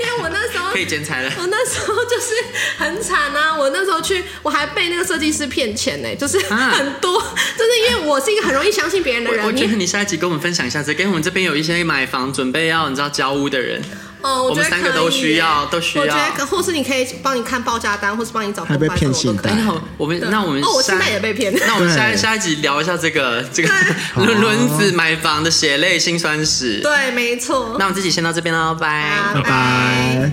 Speaker 5: 因为我那时候
Speaker 1: 可以剪裁了。
Speaker 5: 我那时候就是很惨啊！我那时候去，我还被那个设计师骗钱呢、就是
Speaker 1: 啊
Speaker 5: 很多，就是因为我是一个很容易相信别人的
Speaker 1: 我我
Speaker 5: 人。
Speaker 1: 觉得
Speaker 5: 你
Speaker 1: 你下一集跟我们分享一下这个，跟我们这边有一些买房准备要你知道交屋的人，
Speaker 5: 哦，我觉
Speaker 1: 我们
Speaker 5: 得
Speaker 1: 三个
Speaker 5: 可
Speaker 1: 都
Speaker 5: 以
Speaker 1: 需要
Speaker 5: 耶
Speaker 1: 都需
Speaker 5: 我
Speaker 1: 要
Speaker 5: 觉得可，或是你可以帮你看报价单，或是帮你找
Speaker 3: 还被
Speaker 5: 公办
Speaker 3: 骗
Speaker 5: 什么
Speaker 3: 信
Speaker 5: 都可以
Speaker 3: 贷
Speaker 1: 很好。哎我们那我们
Speaker 5: 哦，我现
Speaker 1: 下
Speaker 5: 在也被骗。
Speaker 1: 那我们下
Speaker 3: 对
Speaker 1: 下一集聊一下这个这个轮轮子买房的血泪辛酸史。
Speaker 5: 对，没错。
Speaker 1: 那我们这集先到这边喽，拜。
Speaker 5: 哎
Speaker 3: 拜拜。